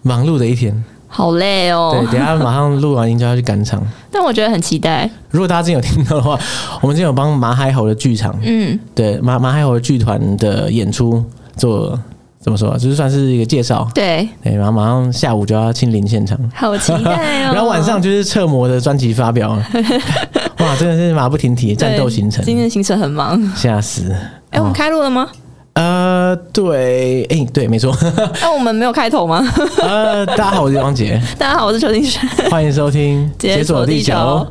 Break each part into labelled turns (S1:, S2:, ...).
S1: 忙碌的一天。
S2: 好累
S1: 对，
S2: 哦
S1: 等。一 下马上录完音就要去赶场。
S2: 但我觉得很期待。
S1: 如果大家之前有听到的话，我们之前有帮马海猴的剧场，
S2: 嗯，
S1: 对马马海猴的剧团的演出做怎么说啊，就是算是一个介绍。
S2: 对，
S1: 对，然后马上下午就要亲临现场，
S2: 好期待 哦。
S1: 然后晚上就是侧模的专辑发 表，哇，真的是马不停蹄，战斗
S2: 对
S1: 行程，哦
S2: 今天的行程很忙。
S1: 吓死。
S2: 哎，我们开录了吗？
S1: 呃，对，哎、对，没错。
S2: 那我们没有开头 吗？
S1: 呃，大家好，我是王杰，
S2: 大家好，我是邱金轩。
S1: 欢迎收听《
S2: 解锁地球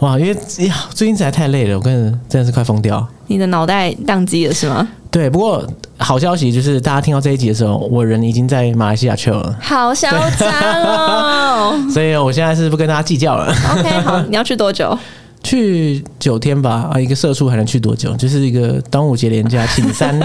S1: 哇，因为哎呀，最近实在太累了，我跟你真的是快疯掉。
S2: 你的脑袋宕机了是吗？
S1: 对，不过好消息就是，大家听到这一集的时候，我人已经在马来西亚 chill 了，
S2: 好嚣张哦。
S1: 所以我现在是不跟大家计较了。
S2: OK，好，你要去多久？
S1: 去九天吧，啊，一个社畜还能去多久？就是一个端午节连假，请三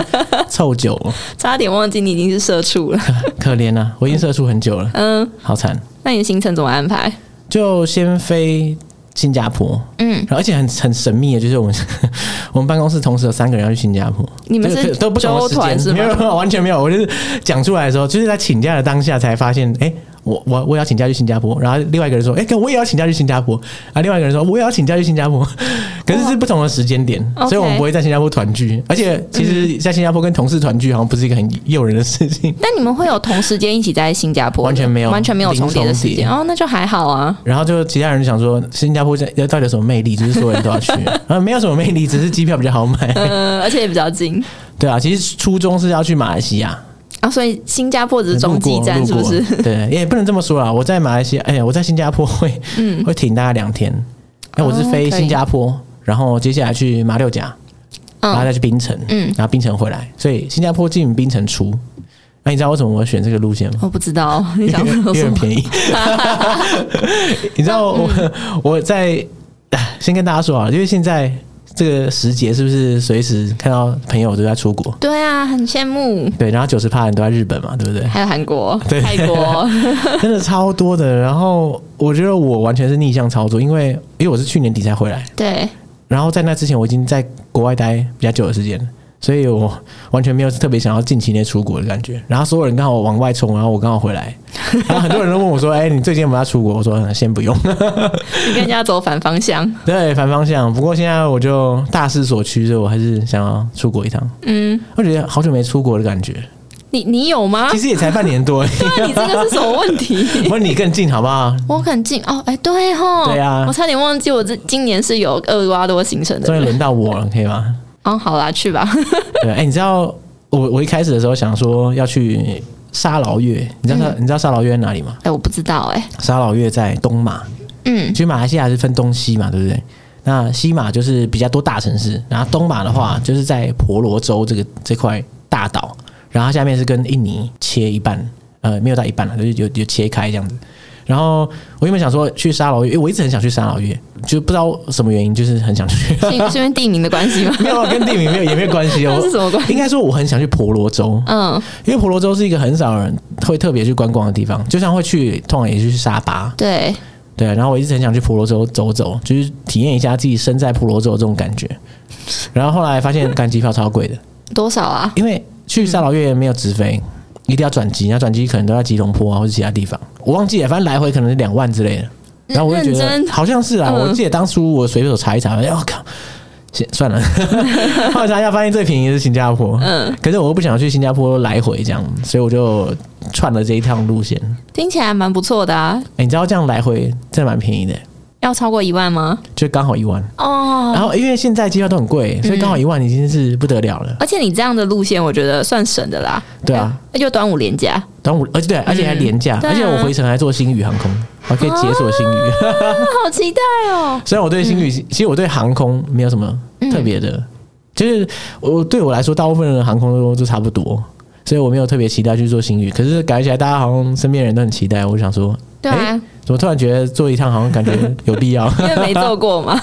S1: 凑九，
S2: 差点忘记你已经是社畜了。
S1: 可怜啊！我已经社畜很久了，
S2: 嗯，
S1: 好惨。
S2: 那你的行程怎么安排？
S1: 就先飞新加坡，
S2: 嗯，
S1: 然后而且很很神秘的，就是我们 我们办公室同时有三个人要去新加坡，
S2: 你们
S1: 这个
S2: 是
S1: 可都不同的
S2: 周
S1: 时
S2: 团
S1: 间，
S2: 是
S1: 没有
S2: 吗？
S1: 没有 完全没有，我就是讲出来的时候，就是在请假的当下才发现，哎、我我我也要请假去新加坡，然后另外一个人说，哎、跟我也要请假去新加坡，啊，另外一个人说我也要请假去新加坡， 可是是不同的时间点，
S2: OK
S1: 所以我们不会在新加坡团聚，而且其
S2: 嗯
S1: 实在新加坡跟同事团聚好像不是一个很诱人的事情。
S2: 那你们会有同时间一起在新加坡的？
S1: 完全没有
S2: 完全没有
S1: 零重
S2: 重叠的时
S1: 叠
S2: 间哦，那就还好啊。
S1: 然后就其他人就想说，新加坡这到底有什么魅力？就是所有人都要 去，啊，没有什么魅力，只是机票比较好买。
S2: 嗯，而且也比较近
S1: 对啊，其实初衷是要去马来西亚，
S2: 啊，所以新加坡只是
S1: 路过
S2: 中继站，是不是
S1: 路？过对，也不能这么说啦。我在马来西亚，哎、呀，我在新加坡会、会停大概两天。哎，我是
S2: 嗯哦
S1: 飞
S2: 可以
S1: 新加坡，然后接下来去马六甲，然后
S2: 嗯
S1: 再去槟城，
S2: 嗯，
S1: 然后槟城回来，所以新加坡进槟城出。那、你知道为什么我选这个路线吗？
S2: 我不 知道你
S1: 因
S2: 想
S1: 为
S2: 说
S1: 因为
S2: 什
S1: 很
S2: 么。嗯
S1: 便宜。 你知道我、我在哎先跟大家说啊，因为现在这个时节是不是随时看到朋友都在出国？
S2: 对啊，很羡慕。
S1: 对，然后九十趴人都在日本嘛，对不对？
S2: 还有韩国、
S1: 对
S2: 泰 国，
S1: 真的超多的。然后我觉得我完全是逆向操作，因为因为我是去年底才回来，
S2: 对，
S1: 然后在那之前我已经在国外待比较久的时间了，所以我完全没有特别想要近期内出国的感觉。然后所有人刚好往外冲，然后我刚好回来，然后很多人都问我说：“哎、你最近有没有要出国？”我说：“嗯先不用。
S2: 你跟人家走反方向。”
S1: 对，反方向。不过现在我就大势所趋，所以我还是想要出国一趟。
S2: 嗯，
S1: 我觉得好久没出国的感觉，
S2: 你你有吗
S1: 其？实也才半年 多而已。
S2: 那啊你这个是什么问题？
S1: 我你更近好不好？
S2: 我很近哦，哎、对吼，
S1: 对啊
S2: 我差点忘记我这今年是有厄瓜多行程的
S1: 终于。轮到我了，可以吗？
S2: 哦，好啦，去吧。
S1: 对，哎、你知道我我一开始的时候想说要去沙劳越，你知道、
S2: 嗯
S1: 它你知道沙劳越在哪里吗？
S2: 哎、我不知道、 哎，
S1: 沙劳越在东马，
S2: 嗯
S1: 其实马来西亚是分东西嘛，对不对？那西马就是比较多大城市，然后东马的话就是在婆罗洲这个这块大岛，然后它下面是跟印尼切一半，呃，没有到一半了，就是有有切开这样子。然后我原本想说去沙劳越，因为我一直很想去沙劳越，就不知道什么原因，就是很想去，
S2: 是因是因为地名的关系吗？
S1: 没有啊跟地名没有也没有关系。
S2: 那
S1: 我
S2: 是什么关系？
S1: 应该说我很想去婆罗洲，
S2: 嗯，
S1: 因为婆罗洲是一个很少人会特别去观光的地方，就像会去，通常也是去沙巴，
S2: 对，
S1: 对啊。然后我一直很想去婆罗洲走走，就是体验一下自己身在婆罗洲的这种感觉。然后后来发现，干机票超贵的，
S2: 多少啊？
S1: 因为去沙劳越没有直飞，一定要转机，那转机可能都在吉隆坡啊或者其他地方，我忘记了，反正来回可能是两万之类的。然后我就觉
S2: 嗯认
S1: 得
S2: 真
S1: 好像是啊，
S2: 嗯
S1: 我记得当初我随手查一查，哎、我靠，先算 了。后来查一下，发现最便宜的是新加坡。
S2: 嗯，
S1: 可是我又不想去新加坡来回这样，所以我就串了这一趟路线。
S2: 听起来蛮不错的啊。
S1: 哎，你知道这样来回真的蛮便宜的，
S2: 要超过一万吗？
S1: 就刚好一万。
S2: 哦，嗯
S1: 然后因为现在机票都很贵，所以刚好一万已经是不得了了。
S2: 而且你这样的路线，我觉得算省的啦。
S1: 对啊，
S2: 那就端午连假，
S1: 然后我呃而且对，而且还廉价，
S2: 对啊
S1: 而且我回程还坐星宇航空，我还可以解锁星宇。
S2: 啊，好期待 哦。
S1: 虽然我对星宇，其实我对航空没有什么特别
S2: 嗯
S1: 的，就是我对我来说，大部分的航空都都差不多。所以我没有特别期待去做星宇，可是感觉起来大家好像身边人都很期待，我就想说，
S2: 对啊，
S1: 怎么突然觉 得做一趟好像感觉有必要？
S2: 因为没做过嘛。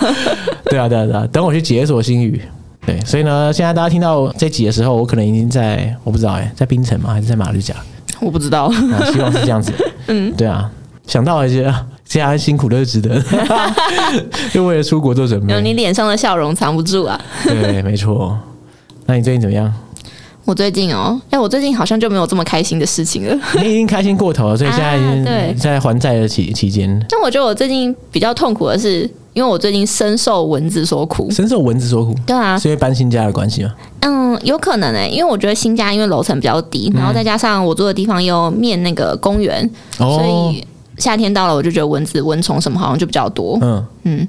S1: 对啊，对啊，对啊，等我去解锁星宇，对，所以呢，现在大家听到这集的时候，我可能已经在我不知道哎、在槟城吗？还是在马六甲？
S2: 我不知道，
S1: 啊，希望是这样子。嗯，对啊，想到还觉得啊这样辛苦都是值 得的，就为了出国做准
S2: 然后
S1: 备。
S2: 你脸上的笑容藏不住啊。
S1: 对，没错。那你最近怎么样？
S2: 我最近哦，哎，我最近好像就没有这么开心的事情了。
S1: 你已经开心过头了，所以现在已经
S2: 啊对
S1: 在还债的期期间，
S2: 但我觉得我最近比较痛苦的是，因为我最近深受蚊子所苦。
S1: 深受蚊子所苦，
S2: 对啊，
S1: 是因为搬新家的关系吗？
S2: 嗯，有可能哎、因为我觉得新家因为楼层比较低，
S1: 嗯
S2: 然后再加上我住的地方又面那个公园，所
S1: 哦，
S2: 以夏天到了我就觉得蚊子、蚊虫什么好像就比较多。
S1: 嗯，
S2: 嗯，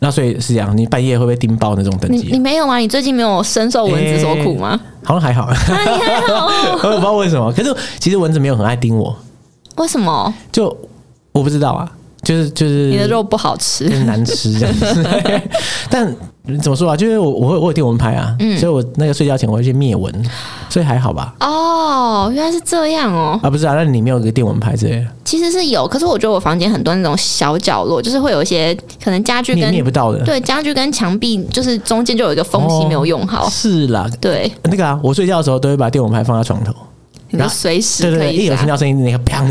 S1: 那所以是这样，你半夜会被叮爆那种等
S2: 你
S1: 级
S2: 你
S1: 啊，
S2: 没有吗？你最近没有深受蚊子所苦吗？哎
S1: 好像还 好， 我也不知道为什么。可是其实蚊子没有很爱叮我，
S2: 为什么
S1: 就我不知道啊，就是就是
S2: 你的肉不好吃？
S1: 更难吃这样 子。但怎么说啊？就是我我会我有听我们拍啊，
S2: 嗯
S1: 所以我那个睡觉前我会去灭蚊，所以还好吧。
S2: 哦，原来是这样哦。
S1: 啊，不是啊，那你没有个电蚊拍之类的，
S2: 其实是有，可是我觉得我房间很多那种小角落，就是会有一些可能家具
S1: 灭
S2: 跟
S1: 灭不到的。
S2: 对家具跟墙壁，就是中间就有一个缝隙
S1: 哦
S2: 没有用好。
S1: 是啦，
S2: 对，
S1: 那个啊，我睡觉的时候都会把电蚊拍放在床头，
S2: 你就随时
S1: 对对
S2: 可
S1: 对，一
S2: 以
S1: 有
S2: 拿
S1: 听到声音，那个砰，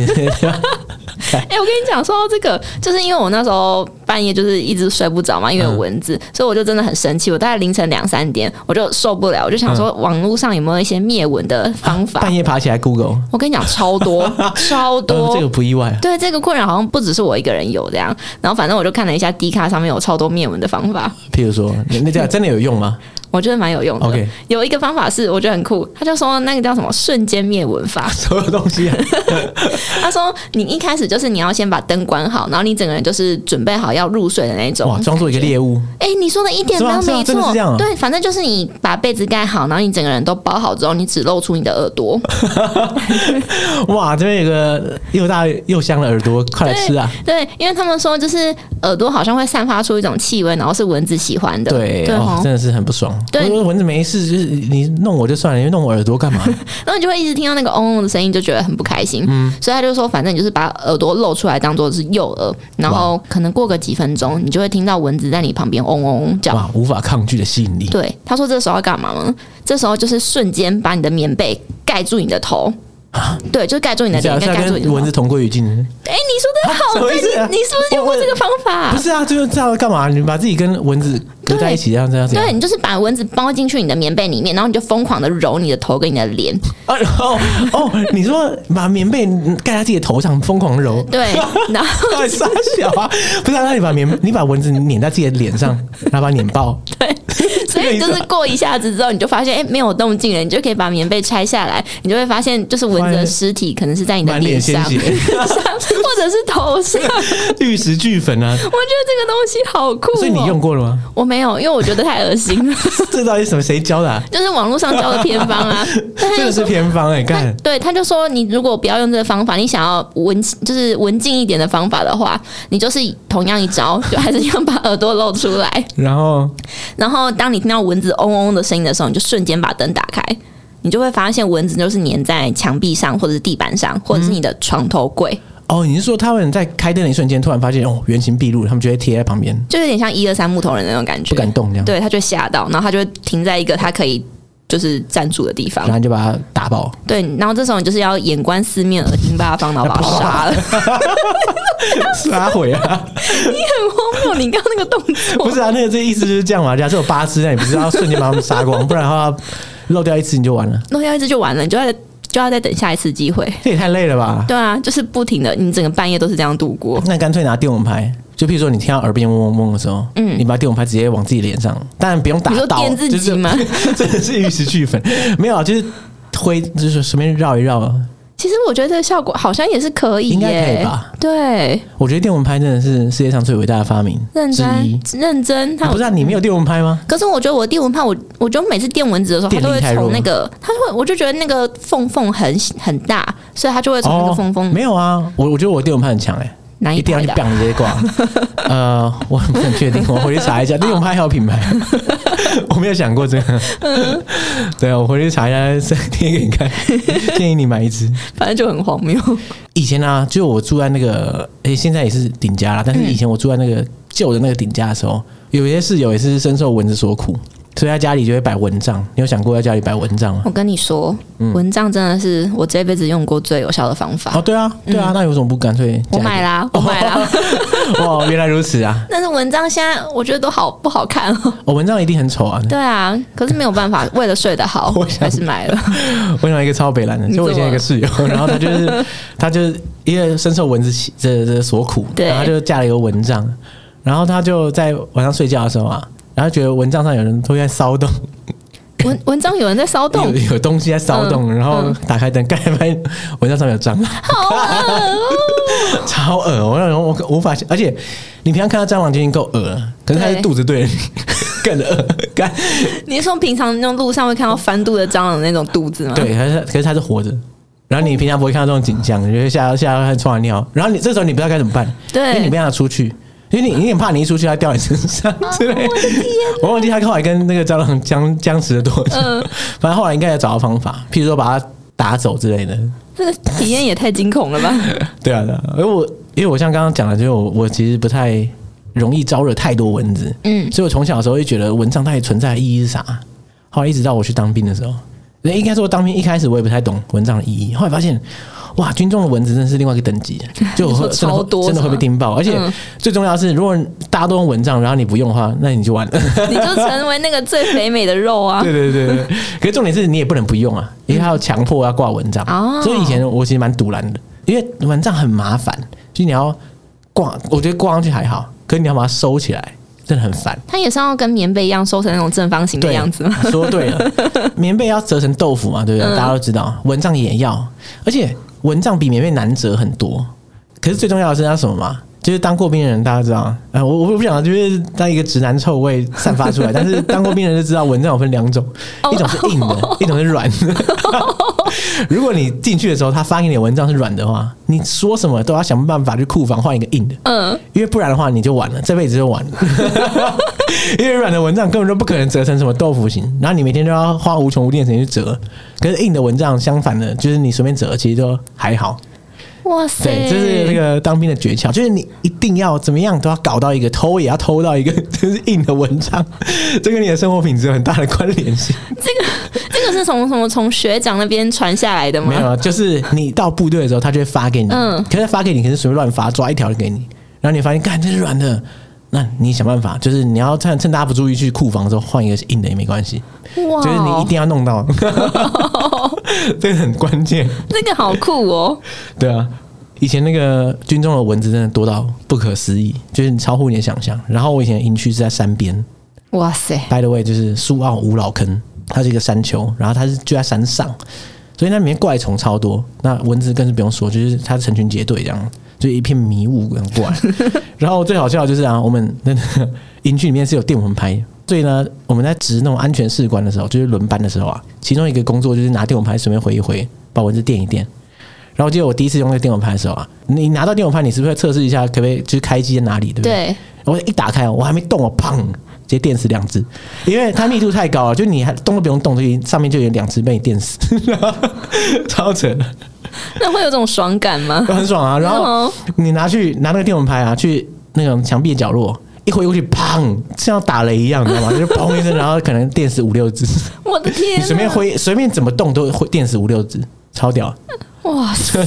S2: 哎、我跟你讲，说到这个，就是因为我那时候半夜就是一直睡不着嘛，因为有蚊子，所以我就真的很生气。我大概凌晨两三点，我就受不了，我就想说网络上有没有一些灭蚊的方法？
S1: 嗯啊半夜爬起来 Google，
S2: 我跟你讲，超多，超
S1: 呃
S2: 多。
S1: 这个不意外 啊。
S2: 对这个困扰好像不只是我一个人有这样，然后反正我就看了一下 D 卡上面有超多灭蚊的方法，
S1: 譬如说，那那这样真的有用 吗？
S2: 我觉得蛮有用的。
S1: OK
S2: 有一个方法是我觉得很酷，他就说那个叫什么瞬间灭蚊法，
S1: 所有东西啊，
S2: 他说你一开始就是你要先把灯关好，然后你整个人就是准备好要入睡的那种，
S1: 哇，装作一个猎物，
S2: 哎、你说的一点
S1: 是
S2: 都
S1: 吗是吗
S2: 没
S1: 真的是
S2: 错，
S1: 这样啊
S2: 对，反正就是你把被子盖好，然后你整个人都包好之后，你只露出你的 耳朵，
S1: 哇，这边有个又大又香的耳朵，快来吃啊！
S2: 对，因为他们说就是耳朵好像会散发出一种气味，然后是蚊子喜欢的，
S1: 对，
S2: 对
S1: 哦
S2: 吼，
S1: 真的是很不爽。
S2: 对
S1: 我说蚊子没事，就是你弄我就算了，你弄我耳朵干嘛？
S2: 然后你就会一直听到那个嗡嗡的声音，就觉得很不开心，
S1: 嗯
S2: 所以他就说，反正你就是把耳朵露出来当做是右耳，然后可能过个几分钟，你就会听到蚊子在你旁边嗡嗡嗡叫，
S1: 哇，无法抗拒的吸引力。
S2: 对，他说这时候要干嘛吗？这时候就是瞬间把你的棉被盖住你的头。 对，就是盖住你的
S1: 这
S2: 脸，
S1: 样是
S2: 跟
S1: 要
S2: 盖住你的
S1: 跟
S2: 头
S1: 蚊子同归于尽？
S2: 哎、你说的好
S1: 啊什么
S2: 对，
S1: 意思啊
S2: 你你是不是用过这个方法、
S1: 不是啊，就是这样干嘛？你把自己跟蚊子隔在一起，这样这样这样
S2: 对，。你就是把蚊子包进去你的棉被里面，然后你就疯狂的揉你的头跟你的脸，
S1: 啊，然后哦，你说把棉被盖在自己的头上，疯狂揉。
S2: 对， 然后
S1: 到底傻小啊！不是、啊，那你把棉，你把蚊子粘在自己的脸上，然后把它粘爆，
S2: 所以就是过一下子之后，你就发现哎、没有动静了，你就可以把棉被拆下来，你就会发现就是蚊子的尸体可能是在你的
S1: 满脸鲜
S2: 上，
S1: 血，
S2: 上 或者是头上， 我觉得
S1: 玉石俱焚啊！
S2: 这个东西好酷、哦。
S1: 所以你用过了吗？
S2: 我没有，因为我觉得太恶心 了，
S1: 这到底是什么？谁教的、啊？
S2: 就是网络上教的偏方 啊，但
S1: 这
S2: 他就
S1: 个是
S2: 说
S1: 偏方哎、
S2: 他
S1: 干
S2: 对，他就说你如果不要用这个方法，你想要文就是文静一点的方法的话，你就是同样一招，就还是要把耳朵露出来，
S1: 然后
S2: 然后当你听到蚊子嗡嗡的声音的时候，你就瞬间把灯打开。你就会发现蚊子就是粘在墙壁上，或者是地板上，或者是你的床头柜，
S1: 哦，你是说他们在开灯的一瞬间突然发现哦，原形毕露，他们就会贴在旁边，
S2: 就有点像一二三木头人的那种感觉。
S1: 不敢动这样，
S2: 对，他就吓到，然后他就会停在一个他可以就是站住的地方
S1: 然。后你就把它打 爆。
S2: 对，然后这时候你就是要眼观四面，耳听八方，然后把它 杀了。
S1: 拉回啊！
S2: 很荒谬，你刚刚那个动作
S1: 不是啊，那个这意思就是这样嘛。假设有八只，那你不是要瞬间把它们杀光，不然的话漏掉一只你就完了，
S2: 弄掉一只就完了，你就要就要再等下一次机会。
S1: 这也太累了吧？
S2: 对啊，就是不停的，你整个半夜都是这样度过。
S1: 那干脆拿电蚊拍，就譬如说你听到耳边嗡嗡嗡的时候，嗯，你把电蚊拍直接往自己脸上，当然不用打
S2: 你说
S1: 到，
S2: 电自己吗？
S1: 就是、 真的是玉石俱焚，没有啊，就是挥，就是随便绕一绕。
S2: 其实我觉得这个效果好像也是可以
S1: 应该可以
S2: 耶
S1: 吧。
S2: 对，
S1: 我觉得电蚊拍真的是世界上最伟大的发明
S2: 认
S1: 之一
S2: 真。认真，他
S1: 不是、啊、你没有电蚊拍吗？
S2: 可是我觉得我电蚊怕我，我觉得每次电蚊子的时候，它
S1: 电力
S2: 都会
S1: 太弱
S2: 从那个，它会，我就觉得那个缝缝很很大，所以它就会从那个缝缝
S1: 没有啊，我我觉得我电蚊拍很强哎、
S2: 难
S1: 一
S2: 以
S1: 定要
S2: 拍
S1: 去
S2: 的啊。
S1: 棒直接挂。 呃，我很不很确定，我回去查 一下。电蚊拍还有品牌，我没有想过这个。
S2: 嗯
S1: 对啊，我回去查一下，再贴给你 看。建议你买一支。
S2: 反正就很荒 谬。
S1: 以前啊，就我住在那个，诶、现在也是顶
S2: 嗯
S1: 家啦。但是以前我住在那个旧的那个顶家的时候，有一些室友也是深受蚊子所苦。所以他家里就会摆蚊帐。你有想过在家里摆蚊帐吗？
S2: 我跟你说，蚊帐真的是我这辈子用过最有效的方法。
S1: 嗯哦，对啊，对啊，那有什么不干脆加
S2: 嗯我
S1: 一点？
S2: 买啦，我买啦。
S1: 哦，原来如此啊！
S2: 但是蚊帐现在我觉得都好不好看 哦。
S1: 我蚊帐一定很丑啊！
S2: 对啊，可是没有办法，为了睡得 好，
S1: 我想
S2: 还是买了。
S1: 我想一个超北蓝的，
S2: 你
S1: 就我以前有一个 室友，然后他就是他就是因为深受蚊子起这这所苦，
S2: 对
S1: 然后他就架了一个蚊帐，然后他就在晚上睡觉的时候啊，然后觉得蚊帐上有人突然骚动，
S2: 蚊蚊帐有人在骚动嗯
S1: 有，有东西在骚动，然后打开灯，盖发现蚊帐上面有蟑螂，
S2: 好恶哦
S1: 超恶，我让人我无法想，而且你平常看到蟑螂就已经够恶了，可是它是
S2: 对
S1: 肚子对着你 更恶，干
S2: 你是说平常那种路上会看到翻肚的蟑螂的那种肚子吗？
S1: 对，可是它可是它是活着。然后你平常不会看到这种景象，你就会吓到吓到它冲完尿，然后你这时候你不知道该怎么办，
S2: 对
S1: 因为你没办法出去，因为你你很怕你一出去它掉你身上之类的。我忘记它后来跟那个蟑螂僵僵持了多久，反正后来应该也找到方法，譬如说把它打走之类的。
S2: 这个体验也太惊 恐了吧！
S1: 对啊，对啊，因为我因为我像刚刚讲的，就是我我其实不太容易招惹太多蚊子，
S2: 嗯，
S1: 所以我从小的时候就觉得蚊帐它也存在的意义是啥？后来一直到我去当兵的时候，那应该说当兵一开始我也不太懂蚊帐的意义，后来发现。哇，军中的蚊子真是另外一个等级，就我
S2: 你说
S1: 会真的
S2: 超
S1: 会
S2: 多
S1: 真的会被
S2: 是吗
S1: 叮爆，而且
S2: 嗯
S1: 最重要的是，如果大家都用蚊帐，然后你不用的话，那你就完了。
S2: 你就成为那个最肥美的肉啊！
S1: 对对对对， 对可是重点是你也不能不用啊，因为他要强迫要挂蚊帐。
S2: 哦
S1: 所以以前我其实蛮堵拦的，因为蚊帐很麻烦，就你要挂，我觉得挂上去还好，可是你要把它收起来，真的很烦。
S2: 它也是要跟棉被一样收成那种正方形的
S1: 对，
S2: 样子吗？
S1: 你说对了， 棉被要折成豆腐嘛，对不对？
S2: 嗯
S1: 大家都知道，蚊帐也要，而且蚊帐比棉被难折很多。可是最重要的是要什么嘛？就是当过兵的人，大家知道，呃，我我不想就是当一个直男臭味散发出来， 但是当过兵的人就知道，蚊帐有分两种，
S2: 哦
S1: 一种是硬 的，一种是软的。如果你进去的时候，他发给你的蚊帐是软的话，你说什么都要想办法去库房换一个硬的，
S2: 嗯，
S1: 因为不然的话你就完了，这辈子就完了。 因为软的蚊帐根本就不可能折成什么豆腐形，然后你每天都要花无穷无尽的时间去折。可是硬的蚊帐相反的，就是你随便折，其实都还好。
S2: 哇塞，
S1: 对，这是那个当兵的诀窍，就是你一定要怎么样都要搞到一个偷，也要偷到一个 就是硬的蚊帐，这跟你的生活品质有很大的关联性。
S2: 这个是从什么从学长那边传下来的
S1: 没有
S2: 吗？
S1: 啊，就是你到部队的时候，他就会发给你，
S2: 嗯
S1: 可是他发给你可是随便乱发，抓一条给你，然后你发现，干这是软的，那你想办法，就是你要趁趁大家不注意去库房的时候换一个硬的也没关系，
S2: 哇
S1: 就是你一
S2: 哦，
S1: 定要弄 到，这个很关键，
S2: 这个好酷哦！
S1: 对啊。以前那个军中的蚊子真的多到不可思议，就是超乎你的想象。然后我以前的营区是在山边，
S2: 哇塞，
S1: by the way，就是苏澳五老坑，它是一个山丘，然后它是就在山上，所以那里面怪虫超多，那蚊子更是不用说，就是它成群结队这样，就一片迷雾这样过来。 然后最好笑的就是啊，我们那个 营区里面是有电蚊拍。所以呢，我们在值那种安全士官的时候，就是轮班的时候啊，其中一个工作就是拿电蚊拍随便挥一挥，把蚊子电一电。然后我记得我第一次用那个电蚊拍的时候啊，你拿到电蚊拍，你是不是会测试一下可不可以就是开机在哪里，对不对？
S2: 对，
S1: 我一打开，我还没动，我砰，直接电死两只，因为它密度太高了，就你还动都不用动，就已经上面就有两只被你电 死，超扯，
S2: 那会有种爽感吗？
S1: 很爽啊！然后
S2: 后
S1: 你拿去拿那个电蚊拍啊，去那种墙壁的角落。一挥过去，砰，像打雷一样，你知道吗？就是砰一声，然后可能电死五六只。
S2: 我的天
S1: 你
S2: 啊，
S1: 随便挥，随便怎么动都会电死五六只，超屌，
S2: 哇 塞，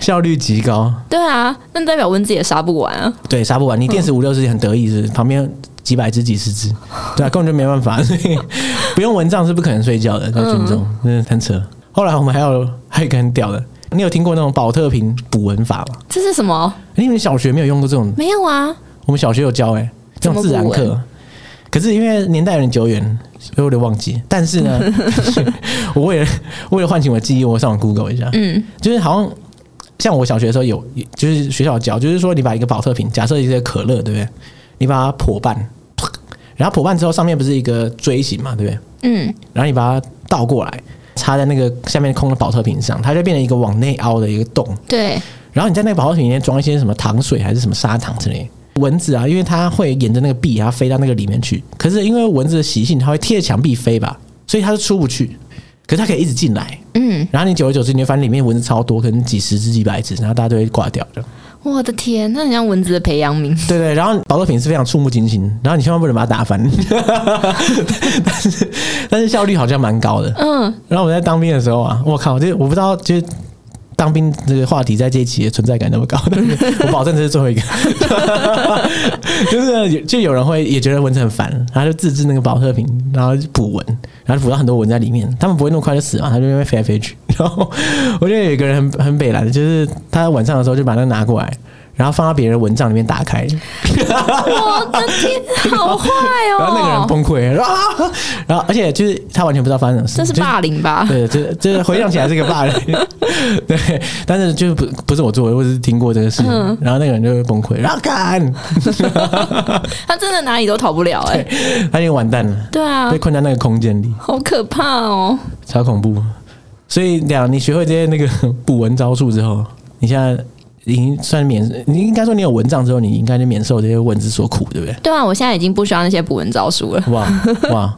S1: 效率极高。
S2: 对啊，那代表蚊子也杀不完啊！
S1: 对，杀不完。你电死五六只很得意是不是旁边几百只、几十只，对啊，根本就没办法，所以不用蚊帐是不可能睡觉的，在
S2: 嗯
S1: 军中真的很扯。后来我们还有还有一个很屌的，你有听过那种保特瓶捕蚊法吗？
S2: 这是什么？
S1: 你们小学没有用过这种？
S2: 没有啊，
S1: 我们小学有教哎、这种自然
S2: 怎么捕
S1: 课。可是因为年代有点久远，所以我有点忘记。但是 呢，我为了为了唤醒我的记忆，我上网 Google 一下，
S2: 嗯，
S1: 就是好像像我小学的时候有，就是学校有教，就是说你把一个保特瓶，假设一个可乐，对不对？你把它破半，然后破半之后上面不是一个锥形嘛，对不对？
S2: 嗯，
S1: 然后你把它倒过来，插在那个下面空的保特瓶上，它就变成一个往内凹的一个洞。
S2: 对，
S1: 然后你在那个保特瓶里面装一些什么糖水还是什么砂糖之类的蚊子啊，因为它会沿着那个壁，它飞到那个里面去。可是因为蚊子的习性，它会贴着墙壁飞吧，所以它就出不去。可是它可以一直进来，
S2: 嗯，
S1: 然后你久而久之，你会发现里面蚊子超多，可能几十只、几百只，然后大家都会挂掉的。
S2: 我的天，那很像蚊子的培养皿。
S1: 对对，然后保乐瓶是非常触目惊心，然后你千万不能把它打翻。 但是但是效率好像蛮高的。
S2: 嗯，
S1: 然后我在当兵的时候啊，我靠，这我不知道，就是当兵这个话题在这一期的存在感那么高，但是 我保证这是最后一个。 就是呢有就有人会也觉得蚊子很烦，然后就自制那个保特瓶，然后就捕蚊，然后捕到很多蚊在里面，他们不会那么快就死嘛，它就会飞来飞去。 然后我觉得有一个人很很北蓝的，就是他晚上的时候就把那个拿过来。然后放到别人的蚊帐里面打开，
S2: 我的天，好坏哦！
S1: 然后那个人崩溃，然后啊，然后而且就是他完全不知道发生什么事，
S2: 这是
S1: 就是
S2: 霸凌 吧？
S1: 对，这这回想起来是个霸凌，对，但是就是不不是我做的，我只是听过这个事情，
S2: 嗯
S1: 然后那个人就会崩溃，然后干，
S2: 他真的哪里都逃不了哎、
S1: 他就完蛋了，
S2: 对啊
S1: 被，困在那个空间里，
S2: 好可怕哦！
S1: 超恐怖。所以讲，你学会这些那个 捕蚊招数之后，你现在已经算免，你应该说你有蚊帐之后，你应该就免受这些蚊子所苦，对不对？
S2: 对啊，我现在已经不需要那些捕蚊招数了。
S1: 哇哇，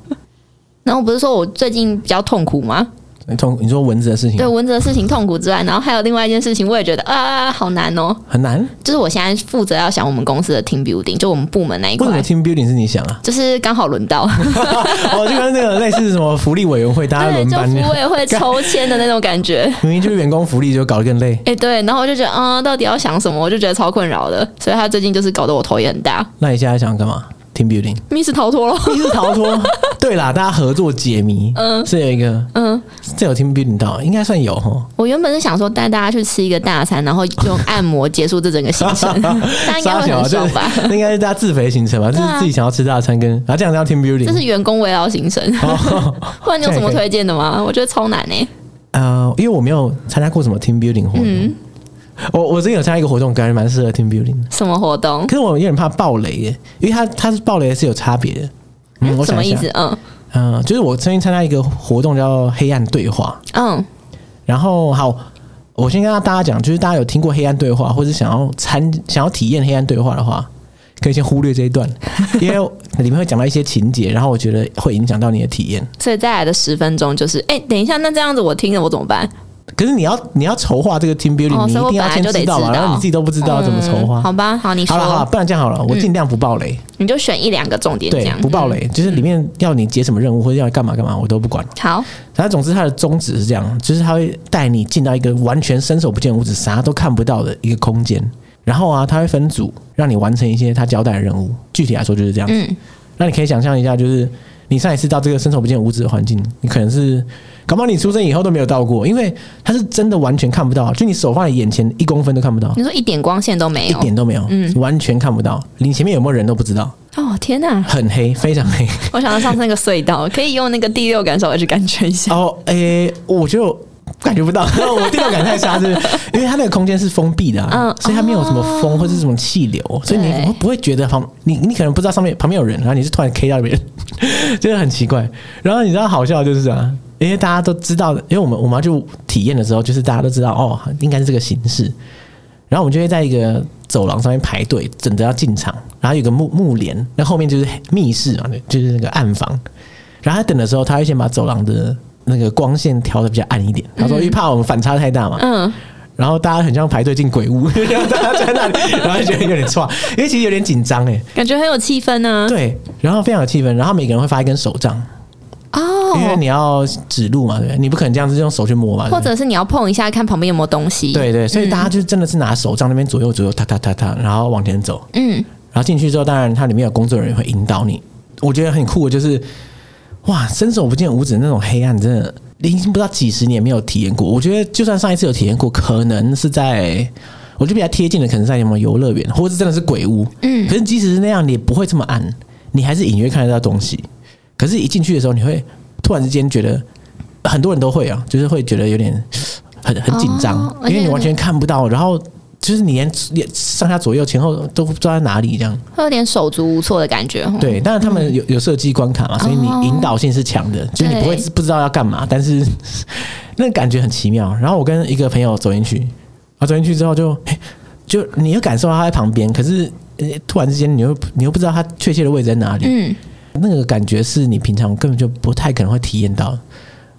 S2: 然后我不是说我最近比较痛苦吗？
S1: 你痛，你说蚊子的事情
S2: 对蚊子的事情痛苦之外，然后还有另外一件事情，我也觉得啊，好难哦。
S1: 很难，
S2: 就是我现在负责要想我们公司的 team building，就我们部门那一
S1: 为什么
S2: 块，
S1: team building 是你想啊？
S2: 就是刚好轮到，
S1: 哦，就跟那个类似什么福利委员会，大家
S2: 对，
S1: 轮
S2: 就
S1: 班，
S2: 服委会抽签的那种感觉。
S1: 明明就是员工福利，就搞得更累。
S2: 哎、对，然后我就觉得，嗯，到底要想什么？我就觉得超困扰的，所以他最近就是搞得我头也很大。
S1: 那你现在想干嘛？Team building，
S2: miss 逃脱了，
S1: 一是逃脱。 对啦，大家合作解谜，嗯，是有一个，
S2: 嗯，
S1: 这有 team building 到，应该算有哈。
S2: 我原本是想说带大家去吃一个大餐，然后用按摩结束这整个行 程，大家应该
S1: 傻
S2: 会
S1: 小啊
S2: 很 爽吧？
S1: 这应该是大家自肥行程吧，就
S2: 啊
S1: 是自己想要吃大餐跟，然后这样叫 team
S2: 这
S1: building。
S2: 是员工围绕行程，
S1: 哦，
S2: 或者你有什么
S1: 这样也可
S2: 推荐的吗？我觉得超难哎、
S1: 呃，因为我没有参加过什么 team building 活动，
S2: 嗯
S1: 我我之前有参加一个活动，感觉蛮适合 team building 的，
S2: 什么活动？
S1: 可是我有点怕爆雷耶，因为它它是爆雷是有差别的。嗯，我
S2: 什
S1: 想
S2: 么
S1: 一
S2: 意
S1: 下，
S2: 思？嗯
S1: 嗯、就是我曾经参加一个活动叫“黑暗对话”，
S2: 嗯，
S1: 然后好，我先跟大家讲，就是大家有听过黑暗对话，或者想要参想要体验黑暗对话的话，可以先忽略这一段， 因为里面会讲到一些情节，然后我觉得会影响到你的体验。
S2: 所以再来的十分钟就是，哎、等一下，那这样子我听了我怎么办？
S1: 可是你要你要筹划这个 team building，、
S2: 哦
S1: 你
S2: 所以
S1: 一
S2: 我
S1: 定要
S2: 本来
S1: 先
S2: 就得
S1: 知道
S2: 知
S1: 嘛，
S2: 道
S1: 然后你自己都不知道怎么筹划。
S2: 嗯好吧，好，你说
S1: 好了好了，不然这样好了，我尽量不爆雷，
S2: 你就选一两个重点，这
S1: 对
S2: 样，
S1: 不爆雷，就是里面要你解什么任务或者要干嘛干嘛，我都不管。
S2: 好，
S1: 然后总之它的宗旨是这样，就是它会带你进到一个完全伸手不见五指、啥都看不到的一个空间。然后啊，它会分组让你完成一些它交代的任务。具体来说就是这样子。
S2: 嗯，
S1: 那你可以想象一下，就是你上一次到这个伸手不见五指的环境，你可能是，搞不好你出生以后都没有到过，因为它是真的完全看不到，就你手放在眼前一公分都看不到，
S2: 你说一点光线都嗯没
S1: 一
S2: 有，
S1: 点都没有，
S2: 嗯
S1: 完全看不到，你前面有没有人都不知道，
S2: 哦，天哪、
S1: 很黑，非常黑。
S2: 我想到上次那个隧道，可以用那个第六感稍微去感觉一下。
S1: 哦，诶、我就感觉不 到，我第六感太差，是不是？因为它那个空间是封闭的、啊，
S2: 嗯哦
S1: 所以它没有什么风或是什么气流，所以
S2: 对
S1: 你不会觉得旁你你可能不知道上面旁边有人，然后你是突然 K 到别 人，就是很奇怪。然后你知道好笑的就是啊，因为大家都知道，因为我们我们要去体验的时候，就是大家都知道哦，应该是这个形式。然后我们就会在一个走廊上面排队，等着要进场。然后有个幕幕帘，那后面就是密室啊，就是那个暗房。然后他等的时候，他会先把走廊的那个光线调的比较暗一点。他说，因为怕我们反差太大嘛。
S2: 嗯，
S1: 然后大家很像排队进鬼屋，然后 大家在那里，然后就觉得有点差，因为其实有点紧张哎、
S2: 感觉很有气氛啊呢、
S1: 对，然后非常有气氛。然后每个人会发一根手杖，因为
S2: 哦，
S1: 你要指路嘛，对不对？你不可能这样子用手去摸嘛。对不
S2: 或
S1: 对
S2: 者是你要碰一下，看旁边有没有东西。，
S1: 对对，所以大家就真的是拿手杖那边左右左右踏踏踏踏，然后往前走。
S2: 嗯，
S1: 然后进去之后，当然它里面有工作人员会引导你。我觉得很酷，的就是哇，伸手不见五指那种黑暗，真的已经不知道几十年没有体验过。我觉得就算上一次有体验过，可能是在我觉得比较贴近的，可能是在什么游乐园，或者是真的是鬼屋。嗯，可是即使是那样，你也不会这么暗，你还是隐约看得到东西。可是，一进去的时候，你会突然之间觉得，很多人都会啊，就是会觉得有点很很紧张，
S2: 哦而且
S1: 因为你完全看不到，然后就是你连连上下左右前后都不知道在哪里这样。
S2: 会有点手足无措的感觉。，
S1: 对，但是他们有有设计关卡嘛，所以你
S2: 哦
S1: 引导性是强的，就是你不会
S2: 对
S1: 不知道要干嘛，但是那个感觉很奇妙。然后我跟一个朋友走进去，然后走进去之后就嘿就你又感受到他在旁边，可是呃突然之间你又你又不知道他确切的位置在哪里，
S2: 嗯，
S1: 那个感觉是你平常根本就不太可能会体验到的。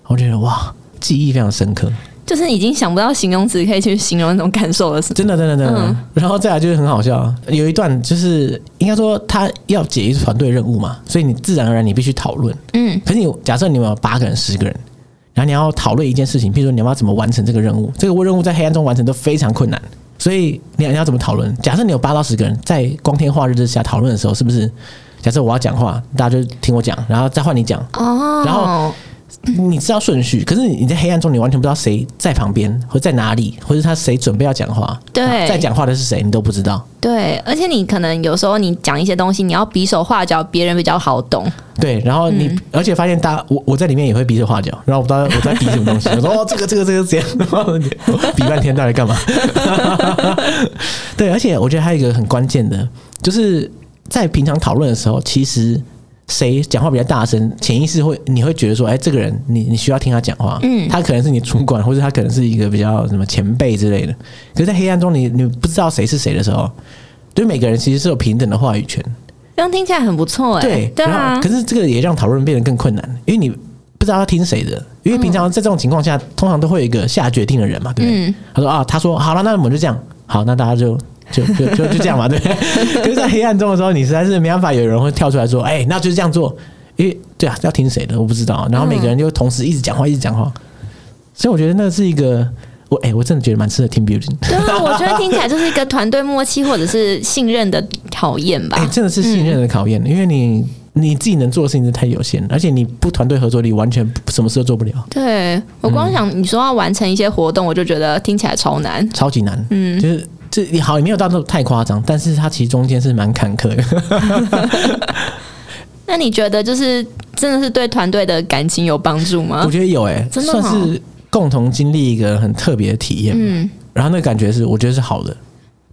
S1: 我觉得哇，记忆非常深刻，
S2: 就是已经想不到形容词可以去形容那种感受了，是
S1: 真的，真的，真的。
S2: 嗯
S1: 然后再来就是很好笑，有一段就是应该说他要解一团队任务嘛，所以你自然而然你必须讨论。
S2: 嗯，
S1: 可是你假设你们有八个人、十个人，然后你要讨论一件事情，譬如说你要不要怎么完成这个任务，这个任务在黑暗中完成都非常困难，所以你你要怎么讨论？假设你有八到十个人在光天化日之下讨论的时候，是不是？假设我要讲话，大家就听我讲，然后再换你讲，
S2: 哦，
S1: 然后你知道顺序，可是你在黑暗中，你完全不知道谁在旁边，或在哪里，或者他谁准备要讲话，
S2: 对
S1: 然后在讲话的是谁，你都不知道。
S2: 对，而且你可能有时候你讲一些东西，你要比手画脚，别人比较好懂。
S1: 对，然后你、而且发现大我我在里面也会比手画脚，然后我不知道我在比什么东西，我说哦这个这个这个这样，然后你比半天到底干嘛？对，而且我觉得还有一个很关键的，就是在平常讨论的时候，其实谁讲话比较大声，潜意识会你会觉得说，哎，这个人你你需要听他讲话，
S2: 嗯
S1: 他可能是你主管，或者他可能是一个比较什么前辈之类的。可是，在黑暗中你你不知道谁是谁的时候，就每个人其实是有平等的话语权。
S2: 这样听起来很不错哎、
S1: 对，
S2: 对
S1: 然
S2: 啊
S1: 后可，是这个也让讨论变得更困难，因为你不知道要听谁的，因为平常在这种情况下，通常都会有一个下决定的人嘛，对不对？
S2: 嗯
S1: 他说啊，他说好了，那我们就这样，好，那大家就。就就就就这样嘛，对不 对？可是，在黑暗中的时候，你实在是没办法，有人会跳出来说：“哎、那就是这样做。”因为对啊，要听谁的我不知道。然后每个人就同时一直讲话，一直讲话。所以我觉得那是一个，我哎、我真的觉得蛮适合 team building。
S2: 对啊，我觉得听起来就是一个团队默契或者是信任的考验 吧。嗯
S1: 哎、真的是信任的考验，因为你你自己能做的事情真的太有限，而且你不团队合作力，完全不什么事都做不了，
S2: 对我
S1: 嗯
S2: 光想你说要完成一些活动，我就觉得听起来超难。
S1: 超级难。
S2: 嗯
S1: 就是这你好，也没有到那种太夸张，但是它其实中间是蛮坎坷的。
S2: 那你觉得就是真的是对团队的感情有帮助吗
S1: 我？觉得有哎、
S2: 真的哦
S1: 算是共同经历一个很特别的体验。
S2: 嗯，
S1: 然后那个感觉是，我觉得是好的。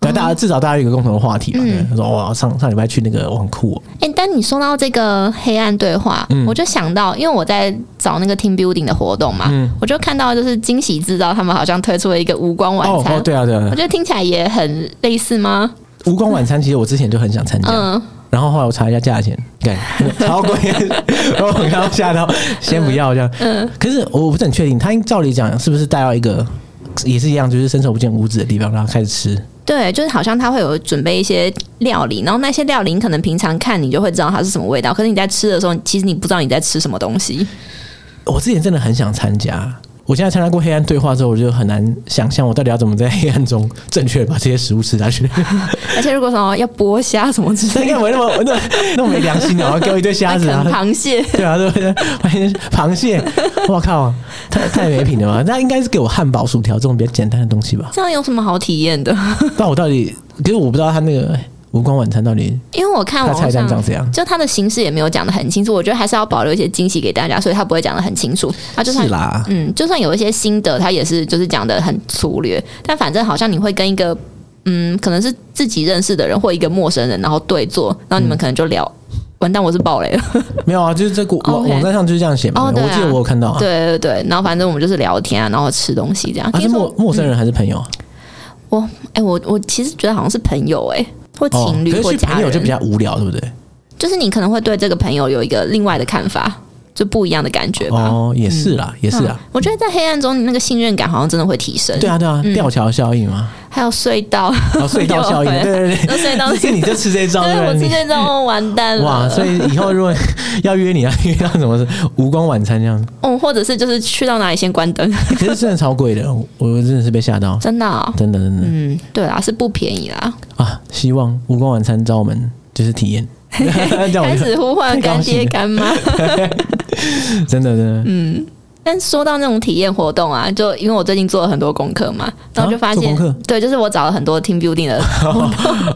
S1: 对，大家至少大家有一个共同的话题嘛。
S2: 嗯
S1: 对，他说哇，上上礼拜去那个我很酷、哦，
S2: 哎、但你说到这个黑暗对话，
S1: 嗯
S2: 我就想到，因为我在找那个 team building 的活动嘛，
S1: 嗯
S2: 我就看到就是惊喜制造他们好像推出了一个无光晚
S1: 哦
S2: 餐，
S1: 哦，对啊对啊
S2: 我，觉得听起来也很类似吗？
S1: 无光晚餐其实我之前就很想参加，
S2: 嗯，
S1: 然后后来我查一下价钱，对，超贵， 然后我刚刚吓到，先不要这样。可是我不是很确定，他照理讲是不是带到一个也是一样，就是伸手不见五指的地方，然后开始吃。
S2: 对，就是好像他会有准备一些料理，然后那些料理你可能平常看你就会知道它是什么味道，可是你在吃的时候，其实你不知道你在吃什么东西。
S1: 我之前真的很想参加，我现在参加过黑暗对话之后，我就很难想象我到底要怎么在黑暗中正确地把这些食物吃下去。
S2: 而且如果什么要剥虾什么之
S1: 这
S2: 类
S1: 应该
S2: 的，
S1: 没那么那么那么没良心的，我要给我一堆虾
S2: 还
S1: 子
S2: 啃
S1: 啊，
S2: 螃蟹，
S1: 对啊，对不对？螃蟹，我靠，太太没品了吧？那应该是给我汉堡、薯条这种比较简单的东西吧。
S2: 这样有什么好体验的？
S1: 那我到底，可是我不知道他那个无光晚餐到底
S2: 因为我看
S1: 他
S2: 网
S1: 菜
S2: 络
S1: 单
S2: 上
S1: 长怎样。
S2: 就他的形式也没有讲的很清楚，我觉得还是要保留一些惊喜给大家，所以他不会讲的很清楚。他就算
S1: 是啦，
S2: 嗯，就算有一些心得，他也是就是讲的很粗略，但反正好像你会跟一个嗯，可能是自己认识的人或一个陌生人，然后对坐，然后
S1: 嗯
S2: 你们可能就聊。完蛋，我是爆雷了。
S1: 没有啊，就是这个网
S2: 哦 OK
S1: 网站上就是这样写嘛。
S2: 哦对啊
S1: 我记得我有看到啊。
S2: 对对对，然后反正我们就是聊天啊，然后吃东西这样。
S1: 啊，是
S2: 听
S1: 陌
S2: 说
S1: 陌生人还是朋友啊？
S2: 我哎、我我其实觉得好像是朋友哎、或
S1: 哦，
S2: 情
S1: 可
S2: 侣
S1: 是
S2: 或
S1: 去
S2: 家
S1: 朋友
S2: 人，
S1: 就比较无聊，对不对？
S2: 就是你可能会对这个朋友有一个另外的看法，就不一样的感觉吧。
S1: 哦，也是啦，也是啊。
S2: 嗯我觉得在黑暗中，你那个信任感好像真的会提升。
S1: 对啊，对啊，吊桥效应嘛，
S2: 还有隧 道，
S1: 然后 隧道效应，
S2: 又
S1: 对对对
S2: 回那隧道
S1: 对， 所以你就吃这一招，
S2: 对
S1: 对
S2: 我
S1: 不对？
S2: 之 前中完蛋
S1: 你
S2: 了。
S1: 哇，所以以后如果要约你，要啊 约到什么无光晚餐这样，
S2: 嗯，或者是就是去到哪里先关灯，
S1: 可是真的超贵的，我我真的是被吓到，
S2: 真的啊、
S1: 真的真的
S2: 嗯，对啦，是不便宜啦。
S1: 啊！希望无光晚餐招我们就是体 验，这样我
S2: 开
S1: 就
S2: 始呼唤
S1: 太高
S2: 干
S1: 兴
S2: 爹
S1: 了
S2: 干妈。
S1: 真的真的，
S2: 嗯但说到那种体验活动啊，就因为我最近做了很多功课嘛，然后就发
S1: 啊做
S2: 现，
S1: 功课
S2: 对，就是我找了很多 team building 的，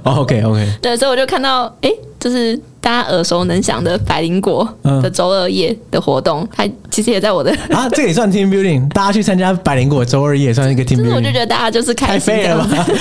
S1: OK OK，
S2: 对，所以我就看到，诶，就是大家耳熟能详的百灵果
S1: 嗯
S2: 的周二夜的活动，它其实也在我的
S1: 啊，这个也算 team building，大家去参加百灵果周二夜算是一个 team
S2: 就是我就
S1: building，
S2: 觉得大家就是
S1: 太
S2: 开心
S1: 废
S2: 这
S1: 了
S2: 样子，
S1: 吧？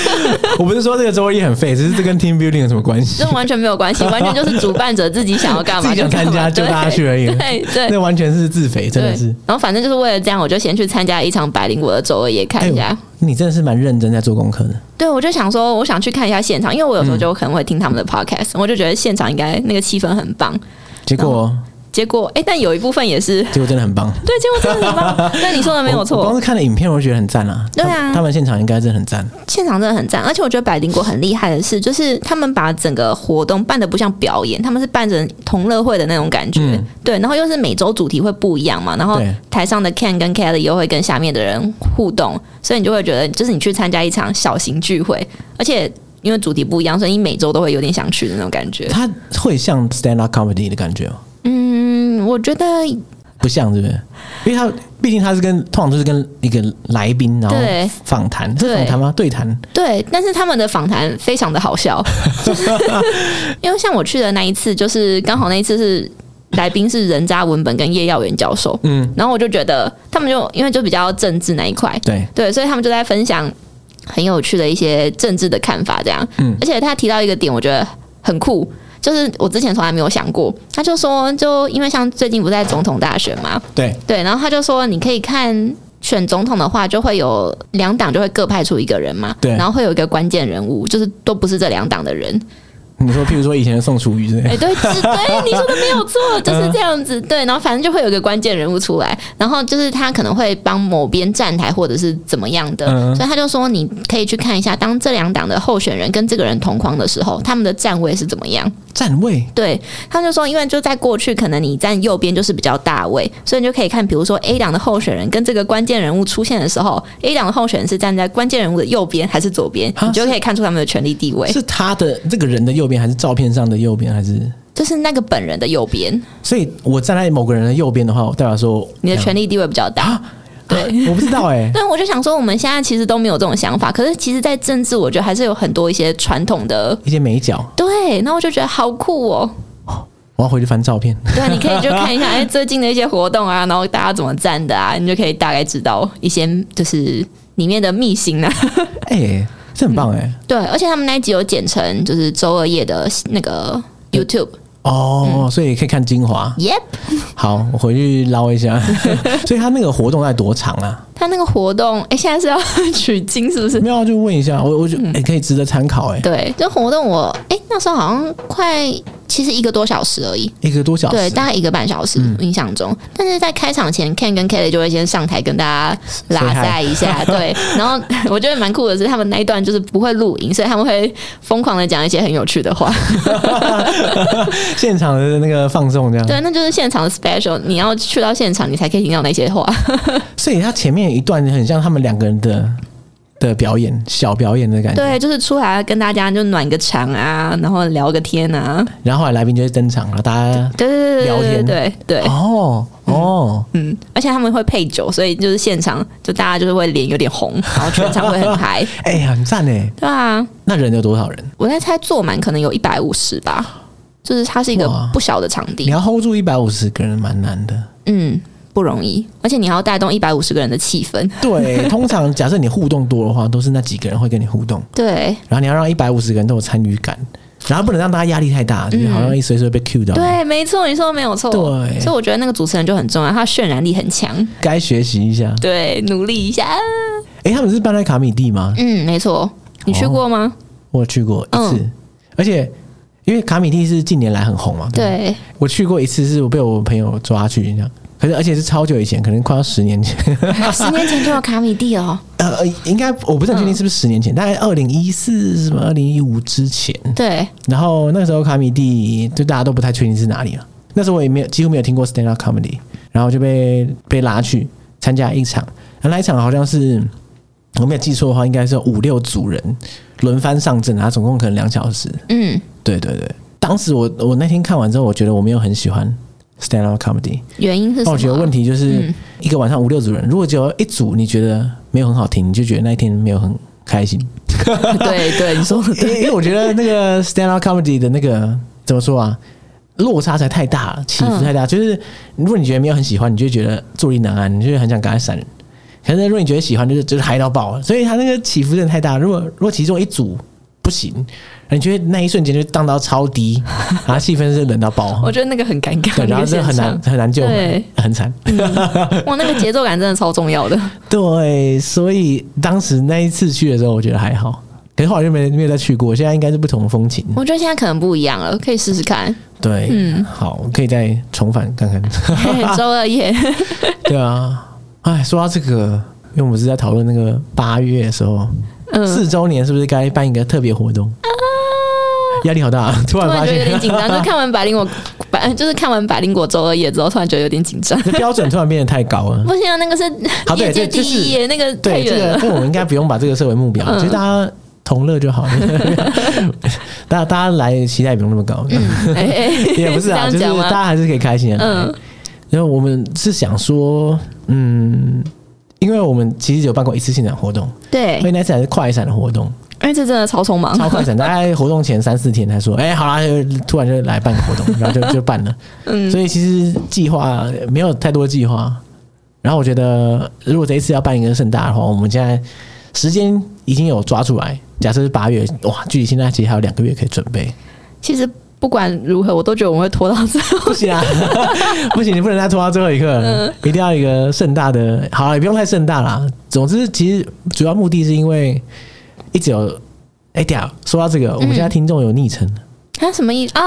S1: 我不是说这个周二夜很废，只是这跟 team building 有什么关系
S2: 这？完全没有关系，完全就是主办者自己想要干嘛
S1: 自己想参加就
S2: 就干嘛
S1: 大家去而已
S2: 对对对
S1: 那完全是自肥，真的
S2: 对
S1: 是。。
S2: 然后反正就是为了这样，我就先去参加一场百灵果的周二夜看一下。
S1: 哎呦你真的是蛮认真在做功课的。
S2: 对，我就想说，我想去看一下现
S1: 嗯
S2: 场，因为我有时候就可能会听他们的 podcast，、我就觉得现场应该那个气氛很棒。
S1: 结果
S2: 结果哎、但有一部分也是
S1: 结果真的很棒。
S2: 对，结果真的很棒。对，你说的没有
S1: 我我光是
S2: 错，
S1: 看了影片，我就觉得很赞啊。
S2: 对啊
S1: 他们他们现场应该真的很赞。
S2: 现场真的很赞。而且我觉得百灵果很厉害的是，就是他们把整个活动办的不像表演，他们是办成同乐会的那种感觉。
S1: 嗯
S2: 对，然后又是每周主题会不一样嘛，然后
S1: 对
S2: 台上的 Ken 跟 Kelly 又会跟下面的人互动，所以你就会觉得，就是你去参加一场小型聚会，而且。因为主题不一样，所以你每周都会有点想去的那种感觉。
S1: 它会像 stand up comedy 的感觉吗？
S2: 嗯，我觉得
S1: 不像，是不是？因为它毕竟它是跟通常都是跟一个来宾，然后
S2: 对
S1: 访谈，是
S2: 对
S1: 访谈吗？对谈，
S2: 对，但是他们的访谈非常的好笑，就是因为像我去的那一次，就是刚好那一次是来宾是人渣文本跟叶耀元教授，
S1: 嗯
S2: 嗯，然后我就觉得他们就因为就比较政治那一块，
S1: 对，
S2: 对，所以他们就在分享很有趣的一些政治的看法，这样。
S1: 嗯
S2: 而且他提到一个点，我觉得很酷，就是我之前从来没有想过。他就说，就因为像最近不是在总统大选嘛，
S1: 对，
S2: 对，然后他就说，你可以看选总统的话，就会有两党就会各派出一个人嘛，
S1: 对
S2: 然后会有一个关键人物，就是都不是这两党的人。
S1: 你说，譬如说以前的宋楚瑜之类
S2: 哎、
S1: 的，
S2: 对，是对，你说的没有错，就是
S1: 嗯
S2: 这样子。对，然后反正就会有一个关键人物出来，然后就是他可能会帮某边站台或者是怎么样的，
S1: 嗯
S2: 所以他就说你可以去看一下，当这两党的候选人跟这个人同框的时候，他们的站位是怎么样。
S1: 站位，
S2: 对，他就说，因为就在过去，可能你站右边就是比较大位，所以你就可以看，比如说 A 党的候选人跟这个关键人物出现的时候，A 党的候选人是站在关键人物的右边还是左边，
S1: 啊
S2: 你就可以看出他们的权力地位，
S1: 是他的这个人的右边，还是照片上的右边，还是？
S2: 就是那个本人的右边，
S1: 所以我站在某个人的右边的话，我代表说
S2: 你的权
S1: 力
S2: 力地位比较大。
S1: 啊，对，我不知道 哎、
S2: 但我就想说，我们现在其实都没有这种想法，可是其实，在政治，我觉得还是有很多一些传统的。
S1: 一些美角，
S2: 对，那我就觉得好酷哦！
S1: 我要回去翻照片。
S2: 对，啊你可以就看一下，哎，最近的一些活动啊，然后大家怎么站的啊，你就可以大概知道一些就是里面的秘辛啊。
S1: 哎、这很棒哎、
S2: 对，而且他们那一集有剪成就是周二夜的那个 YouTube。
S1: 哦，
S2: 嗯
S1: 所以可以看精华。
S2: Yep，
S1: 好，我回去捞一 下。所以他那个活动在多长啊？
S2: 他那个活动，哎、现在是要取经是不是？
S1: 没有啊，就问一下。我我觉
S2: 嗯
S1: 得、哎可以值得参考哎、
S2: 对，这活动我哎、那时候好像快其实一个多小时而已，
S1: 一个多小时。
S2: 对，大概一个半小时，
S1: 嗯
S2: 印象中。但是在开场前，Ken 跟 Kelly 就会先上台跟大家拉
S1: Say hi
S2: 赛一下，对。然后我觉得蛮酷的是，他们那一段就是不会录影，所以他们会疯狂的讲一些很有趣的话。
S1: 嗯现场的那个放送这样。
S2: 对，那就是现场的 special，你要去到现场，你才可以听到那些话。
S1: 所以他前面一段很像他们两个人的的表演，小表演的感觉。
S2: 对，就是出来跟大家就暖个场啊，然后聊个天啊，
S1: 然后后来来宾就会登场，然后大家
S2: 对对
S1: 聊
S2: 对对
S1: 天
S2: 对对对，
S1: 哦哦，
S2: 嗯，而且他们会配酒，所以就是现场就大家就是会脸有点红，然后全场会很嗨，
S1: 哎、很赞哎。
S2: 对啊，
S1: 那人有多少人？
S2: 我在猜坐满可能有一百五十吧，就是它是一个
S1: 哇
S2: 不小的场
S1: 你
S2: 地，
S1: 要 hold 住一百五十个人，蛮难的。
S2: 嗯，不容易，而且你还要带动一百五十个人的气氛，
S1: 对，通常假设你互动多的话，都是那几个人会跟你互动，
S2: 对
S1: 然后你要让一百五十个人都有参与感，然后不能让大家压力太大，就是好像一随随被 cue 到。，
S2: 嗯对，没错，你说的没有错，
S1: 对
S2: 所以我觉得那个主持人就很重要，他渲染力很强，
S1: 该学习一下。
S2: 对，努力一下，
S1: 哎、他们是办在卡米蒂吗？
S2: 嗯，没错，你去过吗？
S1: 我有去过一次，
S2: 嗯
S1: 而且因为卡米蒂是近年来很红嘛，对吧，
S2: 对。
S1: 我去过一次，是我被我朋友抓去这样。可是，而且是超久以前，可能快要十年前，
S2: 十年前就有卡米蒂哦。
S1: 呃，呃应该我不是很确定是不是十年前，大概二零一四什么二零一五之前。
S2: 对，
S1: 然后那个时候卡米蒂就大家都不太确定是哪里了。那时候我也没有几乎没有听过 stand up comedy，然后就被被拉去参加一场，然后那一场好像是我没有记错的话，应该是有五六组人轮番上阵，然后总共可能两小时。
S2: 嗯，
S1: 对对对，当时我我那天看完之后，我觉得我没有很喜欢 stand up comedy，
S2: 原因是什
S1: 那
S2: 么？
S1: 我觉得问题就是
S2: 嗯
S1: 一个晚上五六组人，如果只有一组你觉得没有很好听，你就觉得那一天没有很开心。
S2: 对 对，你 说的
S1: 因
S2: 对，
S1: 为因为我觉得那个 stand up comedy 的那个怎么说啊，落差才太大了，起伏
S2: 嗯
S1: 太大。就是如果你觉得没有很喜欢，你就会觉得坐立难安，你就会很想赶快闪人。可是如果你觉得喜欢，就是就是嗨到爆了。所以他那个起伏真的太大。如果如果其中一组不行，你觉得那一瞬间就荡到超 低，然后气氛是冷到爆
S2: 我。觉得那个很尴尬，
S1: 对，然后
S2: 那
S1: 这
S2: 个
S1: 很
S2: 现
S1: 难
S2: 场
S1: 很难救回
S2: 对，
S1: 很惨。
S2: 哇，那个 节奏感真的超重要的。
S1: 对，所以当时那一次去的时候，我觉得还好。可是后来就没没有再去过，现在应该是不同的风情。
S2: 我觉得现在可能不一样了，可以试试看。
S1: 对，
S2: 嗯
S1: 好，可以再重返看看。
S2: 嘿周二夜，
S1: 对啊，哎，说到这个，因为我们是在讨论那个八月的时候，
S2: 嗯，啊
S1: 四周年是不是该办一个特别活动？压力好大， 突
S2: 突
S1: 然
S2: 然
S1: 发
S2: 觉得有
S1: 现
S2: 点紧张，就看完百灵果，百呃就是看完百灵果周二夜之后，突然觉得有点紧张。
S1: 这标准突然变得太高了。
S2: 不行啊，那个是
S1: 好对
S2: 业界
S1: 这
S2: 第
S1: 这是
S2: 一耶，那个太
S1: 对，这
S2: 远
S1: 个
S2: 了。
S1: 这个我们应该不用把这个设为目标，
S2: 嗯
S1: 其实大家同乐就好了。 大家大家来期待也不用那么高，
S2: 哎哎，
S1: 也不是啊，
S2: 这
S1: 就是
S2: 样讲
S1: 大
S2: 吗？
S1: 家还是可以开心的。
S2: 嗯
S1: 然后我们是想说，嗯，因为我们其实有办过一次性的活动，
S2: 对
S1: 所，以那次还是快闪的活动，
S2: 因为这真的超匆忙，
S1: 超快闪，大概活动前三四天才说，哎、好啦，就突然就来办个活动，然后就就办了。
S2: 嗯
S1: 所以其实计划没有太多计划。然后我觉得，如果这一次要办一个盛大的话，我们现在时间已经有抓出来。假设是八月，哇，距离现在其实还有两个月可以准备。
S2: 其实不管如何，我都觉得我们会拖到最 后。
S1: 不行啊，不行，你不能再拖到最后一刻，
S2: 嗯
S1: 一定要一个盛大的。好啊了，也不用太盛大啦。总之，其实主要目的是因为一直有。哎、对啊，说到这个，我们现在听众有昵称，
S2: 嗯啊，什么意思啊？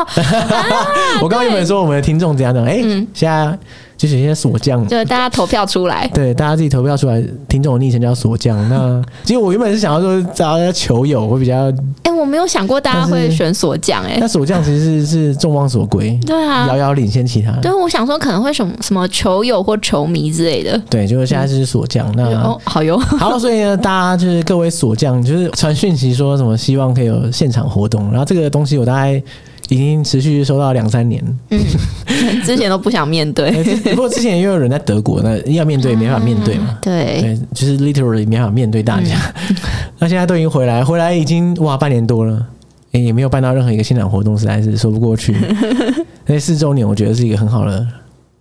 S1: 我刚刚原本说我们的听众怎样怎样，哎、
S2: 嗯
S1: 现在就是现在锁匠，
S2: 就是大家投票出来，
S1: 对，大家自己投票出来，听众的昵称叫锁匠。那其实我原本是想要说找大家求友会比较，
S2: 哎、我没有想过大家会选锁匠、哎
S1: 但，锁匠其实是是众望所归，
S2: 对啊
S1: 遥，遥领先其他。
S2: 对，我想说可能会什么什么球友或球迷之类的。
S1: 对，就是现在是锁匠。
S2: 我
S1: 那
S2: 就哦，好哟，
S1: 好，所以呢，大家就是各位锁匠，就是传讯息说什么希望可以有现场活动，然后这个东西我大概已经持续收到两三年。
S2: 之前都不想面对。
S1: 呃不过之前因为有人在德国，那要面对也没法面对嘛，
S2: 对，
S1: 对，就是 literally 没法面对大家。 那现在都已经回来，回来已经哇半年多了。诶也没有办到任何一个现场活动，实在是说不过去。那四周年，我觉得是一个很好的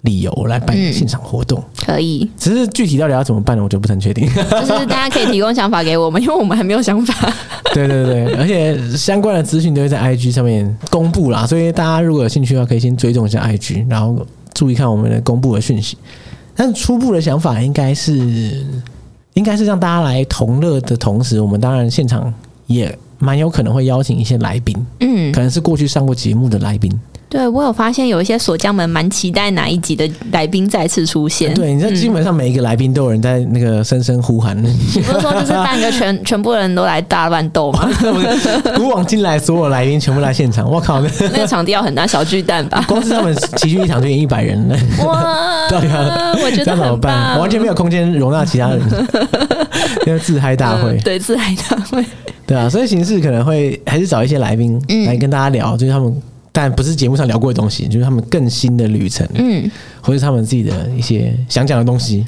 S1: 理由来办一个
S2: 嗯
S1: 现场活动。
S2: 可以，
S1: 只是具体到底要怎么办呢，我就不是很确定。
S2: 就是大家可以提供想法给我们，因为我们还没有想法。
S1: 对对对，而且相关的资讯都会在 IG 上面公布啦，所以大家如果有兴趣的话，可以先追踪一下 IG，然后注意看我们的公布的讯息。但初步的想法应该是，应该是让大家来同乐的同时，我们当然现场也蛮有可能会邀请一些来宾，
S2: 嗯
S1: 可，能是过去上过节目的来宾。
S2: 对我有发现有一些锁匠们蛮期待哪一集的来宾再次出现。
S1: 对，你知道基本上每一个来宾都有人在那个声声呼喊，
S2: 你不是说就是办个全全部人都来大乱斗 吗？
S1: 古往今来所有来宾全部来现场，我靠，那
S2: 那个场地要很大，小巨蛋 吧？
S1: 光是他们齐聚一堂就已经一百人了。
S2: 哇
S1: 到底要，
S2: 我觉
S1: 啊这样
S2: 得
S1: 怎么
S2: 很
S1: 办？
S2: 棒，
S1: 我完全没有空间容纳其他人， 因为自嗨大会
S2: 嗯，对自嗨大会，
S1: 对啊，所以形式可能会还是找一些来宾
S2: 嗯
S1: 来跟大家聊，就是他们，但不是节目上聊过的东西，就是他们更新的旅程，
S2: 嗯，
S1: 或者是他们自己的一些想讲的东 西。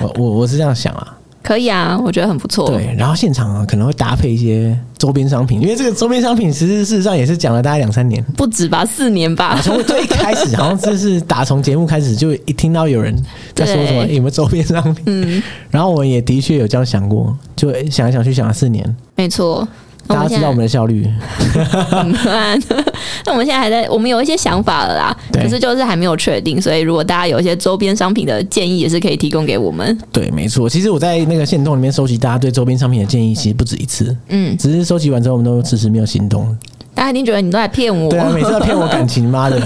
S1: 我我我是这样想啊，
S2: 可以啊，我觉得很不错。
S1: 对，然后现场啊可能会搭配一些周边商品，因为这个周边商品其实事实上也是讲了大概两三 年。
S2: 不止吧，四年吧，
S1: 从最一开始，好像就是打从节目开始就一听到有人在说什么哎
S2: 对
S1: 有没有周边商品，
S2: 嗯，
S1: 然后我也的确有这样想过，就想来想去想了四年，
S2: 没错。那
S1: 大家知道我们的效率，
S2: 现在 那我们现在还在，我们有一些想法了啦，
S1: 对
S2: 可是就是还没有确定，所以如果大家有一些周边商品的建议，也是可以提供给我们。
S1: 对，没错。其实我在那个线动里面收集大家对周边商品的建议，其实不止一次，
S2: 嗯，
S1: 只是收集完之后我们都迟迟没有行动。
S2: 大家一定觉得你都在骗我，
S1: 对啊，每次要骗我感情，妈 的，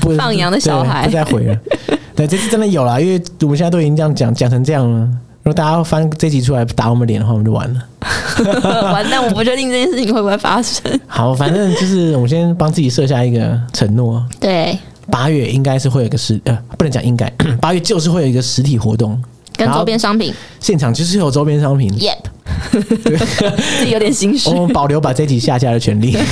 S1: 不
S2: 放羊的小孩
S1: 对不再回了。对，这次真的有啦，因为我们现在都已经这样讲讲成这样了，如果大家翻这集出来打我们脸的话，我们就完了。
S2: 完蛋，我不确定这件事情会不会发生。
S1: 好，反正就是我们先帮自己设下一个承诺，
S2: 对，
S1: 八月应该是会有一个实呃，不能讲应该，八月就是会有一个实体活动，
S2: 跟
S1: 然后
S2: 周边商品
S1: 现场就是有周边商品，
S2: ，Yep，自己有点心虚。
S1: 我们哦保留把这集下架的权利。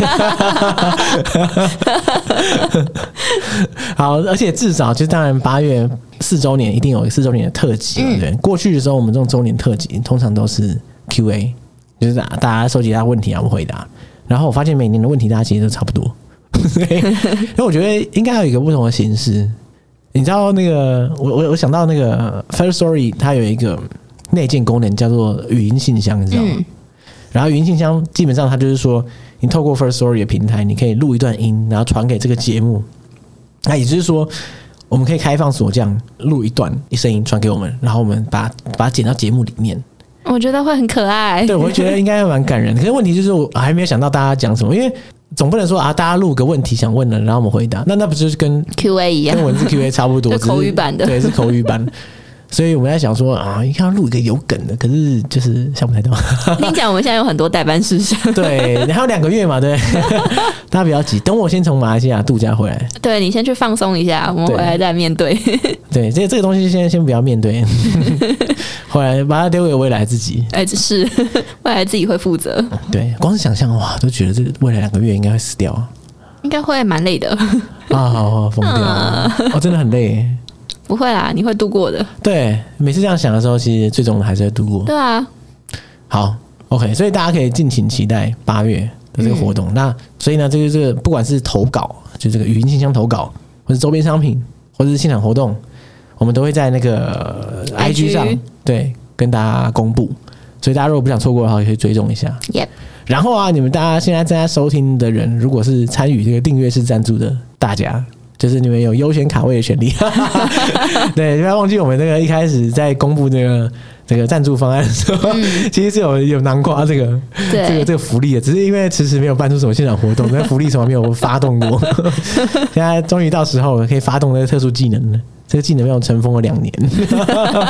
S1: 好，而且至少就当然八月四周年一定有四周年的特辑嘛，对不对。过去的时候，我们这种周年特辑通常都是 Q&A，就是大大家收集大家问题，然啊后我们回答。然后我发现每年的问题大家其实都差不多， 所以那我觉得应该要有一个不同的形式。你知道那个我我我想到那个呃 First Story，它有一个内建功能叫做语音信箱，你知道吗？
S2: 嗯
S1: 然后云信箱基本上它就是说，你透过 First Story 的平台，你可以录一段音，然后传给这个节目。那也就是说，我 们可以开放锁匠录一段声音传给我们，然后我们把把它剪到节目里面。
S2: 我觉得会很可爱。
S1: 对，我觉得应该会蛮感人。可是问题就是，我还没有想到大家讲什么，因为总不能说啊，大家录个问 题想问了，然后我们回答，那那不就是跟
S2: Q&A 一样
S1: 跟，文字 Q A 差 不多，
S2: 就
S1: 只是
S2: 口语版的
S1: 对，是口语版。所以我们在想说啊，应该要录一个有梗的，可是就是想不太到。
S2: 跟你讲，我们现在有很多代班师生，
S1: 对，你还有两个月嘛，对，大家不要急，等我先从马来西亚度假回来。
S2: 对你先去放松一下，我们
S1: 对
S2: 回来再面 对。
S1: 对，这这个东西现在先不要面对，后来把它丢给未来自己。
S2: 哎，只是未来自己会负责，
S1: 对，光是想象哇，都觉得这未来两个月应该会死掉啊，
S2: 应该会蛮累的。
S1: 啊，好好疯掉了，哦，真的很累耶。
S2: 不会啦，你会度过的。
S1: 对，每次这样想的时候，其实最终还是会度过。
S2: 对啊，
S1: 好，OK，所以大家可以敬请期待八月的这个活动。那所以呢，这个这个不管是投稿，就这个语音信箱投稿，或是周边商品，或者是现场活动，我们都会在那个呃
S2: IG
S1: IG 上对跟大家公布。所以大家如果不想错过的话，也可以追踪一下。
S2: Yep
S1: 然后啊，你们大家现在正在收听的人，如果是参与这个订阅式赞助的，大家就是你们有优先卡位的权 利。对，不要忘记我们这个一开始在公布这个这个赞助方案的时候，其实是有有南瓜这个这个
S2: 嗯对
S1: 这个福利的，只是因为迟迟没有办出什么现场活动，那福利从来没有发动 过。现在终于到时候了，可以发动这个特殊技能了。这个技能让我尘封了两年，
S2: 嗯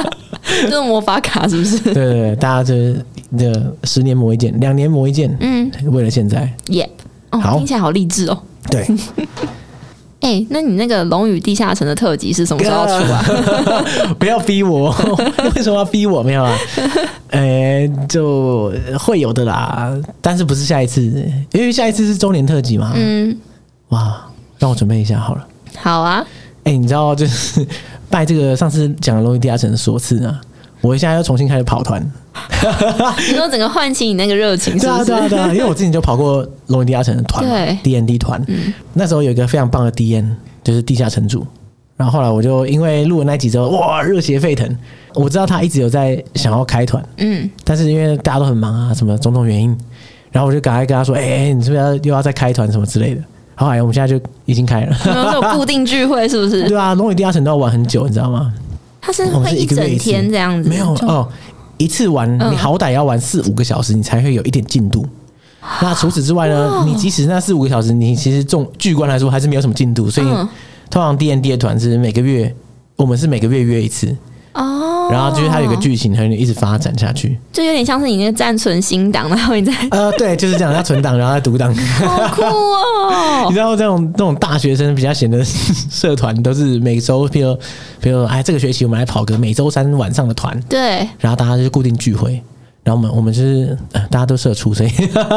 S2: 这是魔法卡是不是？
S1: 对对对，大家就是这个十年磨一剑，两年磨一剑，
S2: 嗯
S1: 为了现在，
S2: ，Yep。哦，
S1: 好
S2: 听起来好励志哦。
S1: 对，
S2: 哎、那你那个《龙与地下城》的特辑是什么时候要出啊？
S1: 不要逼我，为什么要逼我？没有 啊，呃，就会有的啦，但是不是下一次，因为下一次是周年特辑嘛，
S2: 嗯，
S1: 哇，让我准备一下好了。
S2: 好啊，
S1: 哎、你知道就是拜这个上次讲的龙与地下城的所赐啊，我现在又重新开始跑团。
S2: 你说整个唤起你那个热情，是
S1: 对
S2: 不
S1: 啊，
S2: 是？
S1: 对啊，对 啊，因为我之前就跑过龙与地下城的团
S2: 对嗯
S1: ，D N D 团，那时候有一个非常棒的 D N，就是地下城主。然后后来我就因为录了那几周，哇，热血沸腾。我知道他一直有在想要开团，
S2: 嗯，
S1: 但是因为大家都很忙啊，什么种种原因，然后我就赶快跟他说：“哎、哎你是不是要又要再开团什么之类的？”后来我们现在就已经 开了。
S2: 你们有这种固定聚会是不是？
S1: 对啊，龙与地下城都要玩很久，你知道吗？
S2: 它是
S1: 我们
S2: 会
S1: 是一个月
S2: 整
S1: 一次
S2: 天这样子，
S1: 没有
S2: 就
S1: 哦，一次玩、
S2: 嗯
S1: 你好歹要玩四五个小时，你才会有一点进度。那除此之外呢，你即使那四五个小时，你其实纵巨观来说还是没有什么进度，所以
S2: 嗯
S1: 通常 D N D 的团是每个月，我们是每个月约一次，
S2: 哦，
S1: 然后就是它有个，剧情，它一直发展下 去。
S2: 就有点像是你那个暂存新档，然后你再
S1: 呃，对，就是这样，要存档，然后再读档。
S2: 好酷哦
S1: 你知道这种这种大学生比较闲的社团，都是每周，譬如譬如哎，这个学期我们来跑个每周三晚上的团，
S2: 对，
S1: 然后大家就是固定聚会。然后我们我们就是、呃、大家都社畜，所以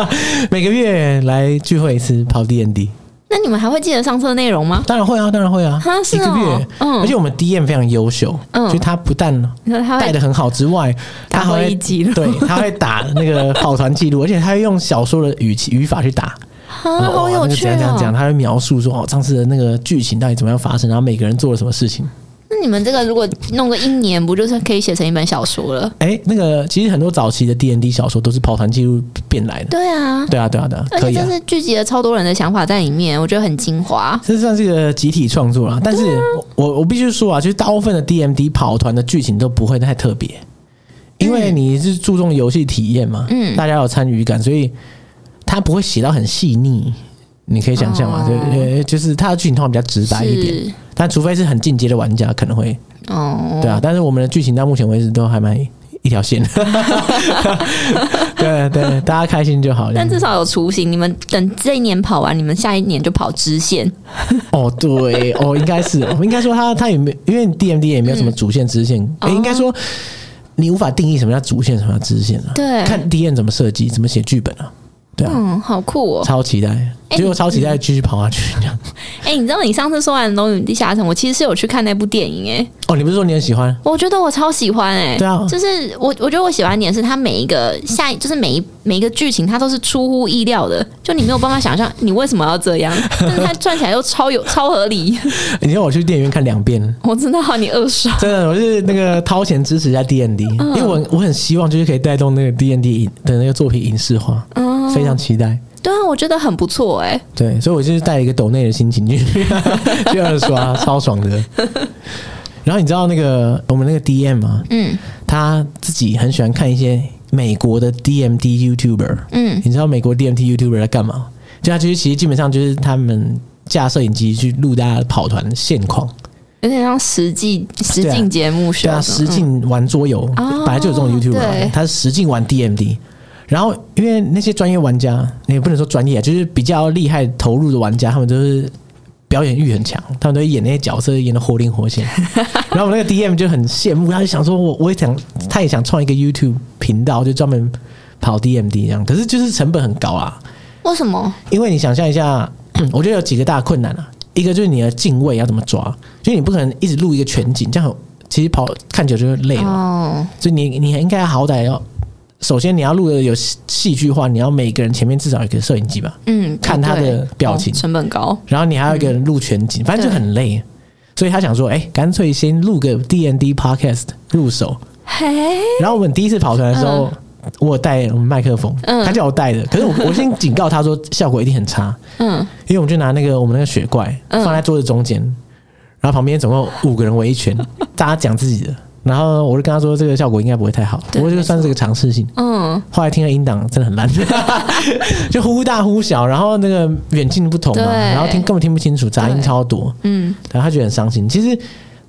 S1: 每个月来聚会一次跑 D N D。
S2: 那你们还会记得上次的内容吗？
S1: 当然会啊，当然会啊
S2: 哈，是
S1: 一个
S2: 哦
S1: 月。
S2: 嗯
S1: 而且我们 D M 非常优秀，
S2: 嗯
S1: 所以他不但
S2: 你说他
S1: 带
S2: 会
S1: 的很好之外，他
S2: 打
S1: 还
S2: 回
S1: 会
S2: 忆记录，
S1: 对他会打那个跑团记 录，而且他会用小说的语气语法去打。
S2: 啊，
S1: 然后哦
S2: 好
S1: 哇那
S2: 有
S1: 个
S2: 趣
S1: 怎样怎样怎样，
S2: 哦。
S1: 他会描述说哦，上次的那个剧情到底怎么样发生，然后每个人做了什么事
S2: 嗯
S1: 情。
S2: 那你们这个如果弄个一年，不就是可以写成一本小说了？
S1: 哎、那个其实很多早期的 D N D 小说都是跑团记录变来的。
S2: 对啊，
S1: 对啊，对啊，对啊，
S2: 而
S1: 可
S2: 且
S1: 以
S2: 这
S1: 啊。
S2: 是聚集了超多人的想法在里面，我觉得很精华。
S1: 这算是个集体创作
S2: 啊
S1: 啦，但是我、我我必须说啊，就是大部分的 DMD 跑团的剧情都不会太特别，因为你是注重游戏体验嘛，
S2: 嗯
S1: 大家有参与感，所以他不会写到很细腻，你可以想象嘛，
S2: 哦
S1: 对，呃就是他的剧情通常比较直白一点，
S2: 是
S1: 但除非是很进阶的玩家可能会，
S2: 哦，
S1: 对啊，但是我们的剧情到目前为止都还蛮一条线， 对对，大家开心就好。这样
S2: 但至少有雏形。你们等这一年跑完，你们下一年就跑支线。
S1: 哦，对，哦，应该是，应该说他他也没，因为 DMD 也没有什么主线支线，
S2: 哦
S1: 诶应该说你无法定义什么叫主线，什么叫支线啊。
S2: 对，
S1: 看 DM 怎么设计，怎么写剧本啊，对啊，
S2: 嗯，好酷哦。
S1: 超期待，
S2: 诶
S1: 结果超期待继续跑下去。这样
S2: 哎、你知道你上次说完《龙与地下城》，我其实是有去看那部电影哎、
S1: 哦，你不是说你很喜欢？
S2: 我觉得我超喜欢哎、
S1: 对啊
S2: 就是我我觉得我喜欢的点是它每一个下一就是每一每一个剧情它都是出乎意料的，就你没有办法想象你为什么要这 样，但是它转起来又超有超合理。
S1: 你说我去电影院看两遍，
S2: 我知道你二刷，
S1: 真的，我是那个掏钱支持一下 DND，因
S2: 嗯
S1: 为我很我很希望就是可以带动那个 DND 影的那个作品影视化，
S2: 嗯，
S1: 非常期待。
S2: 对啊，我觉得很不错哎、
S1: 对，所以我就是带一个抖内的心情去去二刷，超爽的。然后你知道那个我们那个 DM 吗？
S2: 嗯
S1: 他自己很喜欢看一些美国的 DMT YouTuber。
S2: 嗯
S1: 你知道美国 DMT YouTuber 在干嘛？就他其实其实基本上就是他们架摄影机去录大家的跑团现况，
S2: 有点像实际实
S1: 对啊
S2: 境节目秀
S1: 对
S2: 那
S1: 啊，
S2: 种，
S1: 实境玩桌游，
S2: 哦
S1: 本来就有这种 YouTuber，嘛
S2: 对
S1: 他是实境玩 DMD。然后，因为那些专业玩家，也不能说专业啊，就是比较厉害投入的玩家，他们都是表演欲很强，他们都会演那些角色，演的活灵活 现。然后我那个 DM 就很羡慕，他就想说我，我也想，他也想创一个 YouTube 频道，就专门跑 DMD 这样。可是就是成本很高啊，
S2: 嗯为什么？
S1: 因为你想象一下， 我觉得有几个大困难啊，一个就是你的镜位要怎么抓，就是你不可能一直录一个全景，这样很其实跑看久就会累嘛。
S2: 哦，
S1: 所以你你应该好歹要，首先你要录的有戏戏剧化，你要每个人前面至少有一个摄影机吧，
S2: 嗯，
S1: 看他的
S2: 对
S1: 表情
S2: 哦成本高，
S1: 然后你还有一个人录全
S2: 嗯
S1: 景，反正就很累。所以他想说，哎、干脆先录个 D N D podcast 入手。
S2: 嘿，
S1: 然后我们第一次跑团的时候，我有带我们麦克风，
S2: 嗯
S1: 他叫我带的，可是我 我先警告他说效果一定很差。
S2: 嗯，
S1: 因为我们就拿那个我们那个雪怪
S2: 嗯
S1: 放在桌子中间，然后旁边总共五个人围一圈， 大家讲自己的。然后我就跟他说，这个效果应该不会太好，不
S2: 对
S1: 过这个算是个尝试性。
S2: 嗯，
S1: 后来听了音档真的很烂， 就忽大忽小，然后那个远近不同嘛，
S2: 对
S1: 然后听根本听不清楚，杂音
S2: 对
S1: 超多，
S2: 嗯，
S1: 然后他觉得很伤心。其实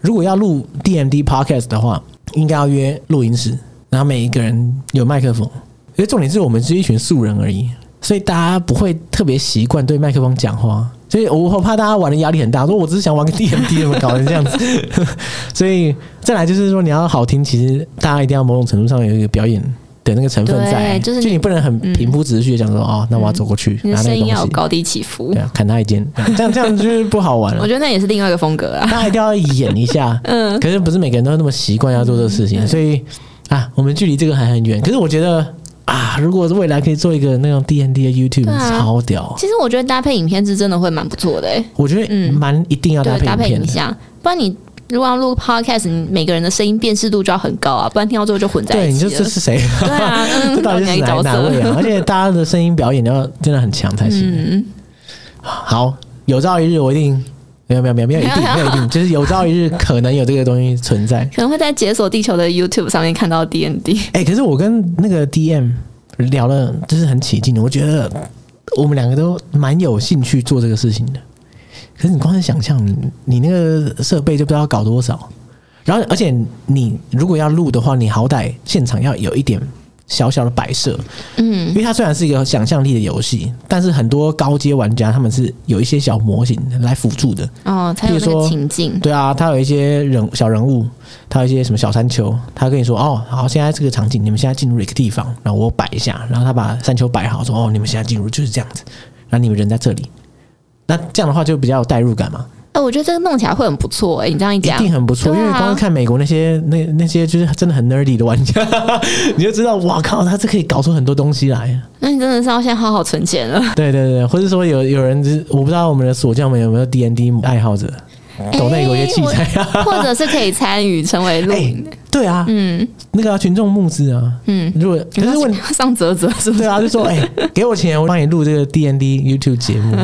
S1: 如果要录 DMD podcast 的话，应该要约录音室，然后每一个人有麦克风。因为重点是我们是一群素人而已，所以大家不会特别习惯对麦克风讲话，所以我我怕大家玩的压力很大。说我只是想玩个 DMD，怎么搞成这样子？ 所以再来就是说，你要好听，其实大家一定要某种程度上有一个表演的那个成分在，
S2: 对就是你嗯
S1: 你不能很平铺直叙地讲说、哦，那我要走过去、
S2: 你的
S1: 拿那
S2: 声
S1: 个
S2: 音
S1: 东
S2: 要有
S1: 西，
S2: 高低起伏
S1: 对，啊，啊砍他一剑，这样这样就是不好玩了
S2: 我。觉得那也是另外一个风格 啊。
S1: 大家一定要演一下，
S2: 嗯，
S1: 可是不是每个人都那么习惯要做这个事情，所以啊，我们距离这个还很远。可是我觉得啊，如果未来可以做一个那种 D N D 的 YouTube，、
S2: 对啊
S1: 超屌，
S2: 其实我觉得搭配影片是真的会蛮不错的、欸，
S1: 我觉得
S2: 嗯
S1: 蛮一定要搭
S2: 对，
S1: 配
S2: 搭
S1: 影
S2: 配
S1: 片
S2: 影
S1: 的。
S2: 像，不然你如果要录 podcast，你每个人的声音辨识度就要很高啊，不然听到最后就混在
S1: 对，
S2: 一
S1: 你
S2: 起
S1: 就
S2: 了。
S1: 这是谁？
S2: 对啊，嗯
S1: 这 到底
S2: 老
S1: 是
S2: 娘一
S1: 哪
S2: 角
S1: 哪
S2: 色
S1: 位啊？而且大家的声音表演要真的很强才行。
S2: 嗯，
S1: 好，有朝一日我一定没有没有没有没有一定没有一定，就是有朝一日可能有这个东西存在。
S2: 可能会在解锁地球的 YouTube 上面看到 D N D。
S1: 哎、可是我跟那个 DM 聊了，就是很起劲的。我觉得我们两个都蛮有兴趣做这个事情的。可是你光是想象，你你那个设备就不知道搞多少。然后，而且你如果要录的话，你好歹现场要有一点小小的摆设，因
S2: 嗯，
S1: 为它虽然是一个想象力的游戏，但是很多高阶玩家他们是有一些小模型来辅助的。
S2: 哦，才有那
S1: 譬如
S2: 个
S1: 说
S2: 情境。
S1: 对啊，他有一些人小人物，他有一些什么小山丘，他跟你说哦，好，现在这个场景，你们现在进入一个地方，然后我摆一下，然后他把山丘摆好，说哦，你们现在进入就是这样子，然后你们人在这里，那这样的话就比较有代入感嘛，
S2: 哎、我觉得这个弄起来会很不错、欸。你这样一
S1: 一
S2: 讲，
S1: 定很不错。
S2: 对啊
S1: 因为光看美国那些那那些就是真的很 nerdy 的玩家， 你就知道哇靠，他这可以搞出很多东西来。
S2: 那你真的是要先好好存钱 了。
S1: 对对对，或者说有有人就是，我不知道我们的锁匠们有没有 D N D 爱好者，
S2: 哎
S1: 懂那有一些器材啊。
S2: 或者是可以参与成为 录影的。
S1: 对啊，
S2: 嗯
S1: 那个、啊、群众募资啊，
S2: 嗯，
S1: 如果可是问
S2: 你要上泽泽是不是？
S1: 对啊，就说哎、 给我钱，我帮你录这个 D N D YouTube 节目。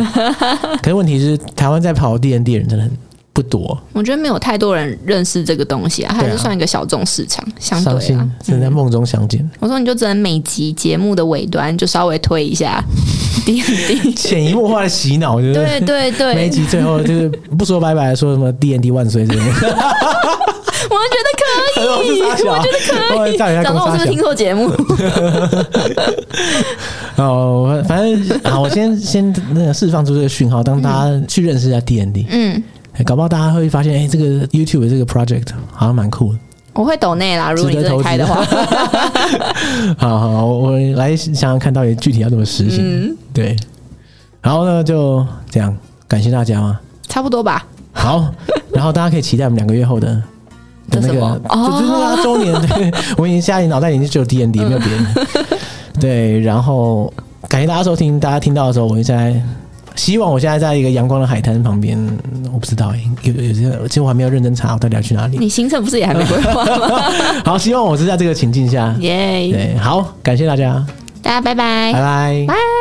S1: 可是问题是，台湾在跑 D N D 的人真的很不多，
S2: 我觉得没有太多人认识这个东西啊，它还
S1: 对
S2: 是
S1: 啊
S2: 算一个小众市场，相
S1: 伤
S2: 对
S1: 心
S2: 啊。，
S1: 只能在梦中相见。
S2: 我说你就只能每集节目的尾端就稍微推一下 D N D。
S1: 潜移默化的洗脑，就是
S2: 对对对，
S1: 每一集最后就是不说拜拜，说什么 D N D 万岁之类的。
S2: 我觉得可以，
S1: 我
S2: 我
S1: 是傻小
S2: 觉得可以。
S1: 到底在
S2: 讲
S1: 攻
S2: 到我
S1: 杀
S2: 是不是
S1: 小
S2: 听？错节目？
S1: 哦，反正好，我先先那个释放出这个讯号，当大家去认识一下 D N D，
S2: 嗯，
S1: 搞不好大家会发现，哎、这个 YouTube 的这个 project 好像蛮酷的。
S2: 我会抖内啦，如果你
S1: 值得
S2: 真
S1: 投
S2: 的
S1: 资
S2: 开的话。
S1: 好好，我我来想想看到底具体要怎么实行。
S2: 嗯，
S1: 对，然后呢就这样，感谢大家嘛。
S2: 差不多吧。
S1: 好，然后大家可以期待我们两个月后的的那
S2: 这什
S1: 个，
S2: 么哦
S1: 就就是那个周年。 对，我已经现在脑袋里面只有 D N D 没有别人。对，然
S2: 嗯
S1: 后感谢大家收听，大家听到的时候，我现在希望我现在在一个阳光的海滩旁边，我不知道、欸、有有些，其实我还没有认真查我到底要去哪里。
S2: 你行程不是也还没规划吗？
S1: 好，希望我是在这个情境下。
S2: 耶！
S1: 对，好，感谢大家，
S2: 大家拜
S1: 拜
S2: 拜，
S1: 拜。
S2: 拜。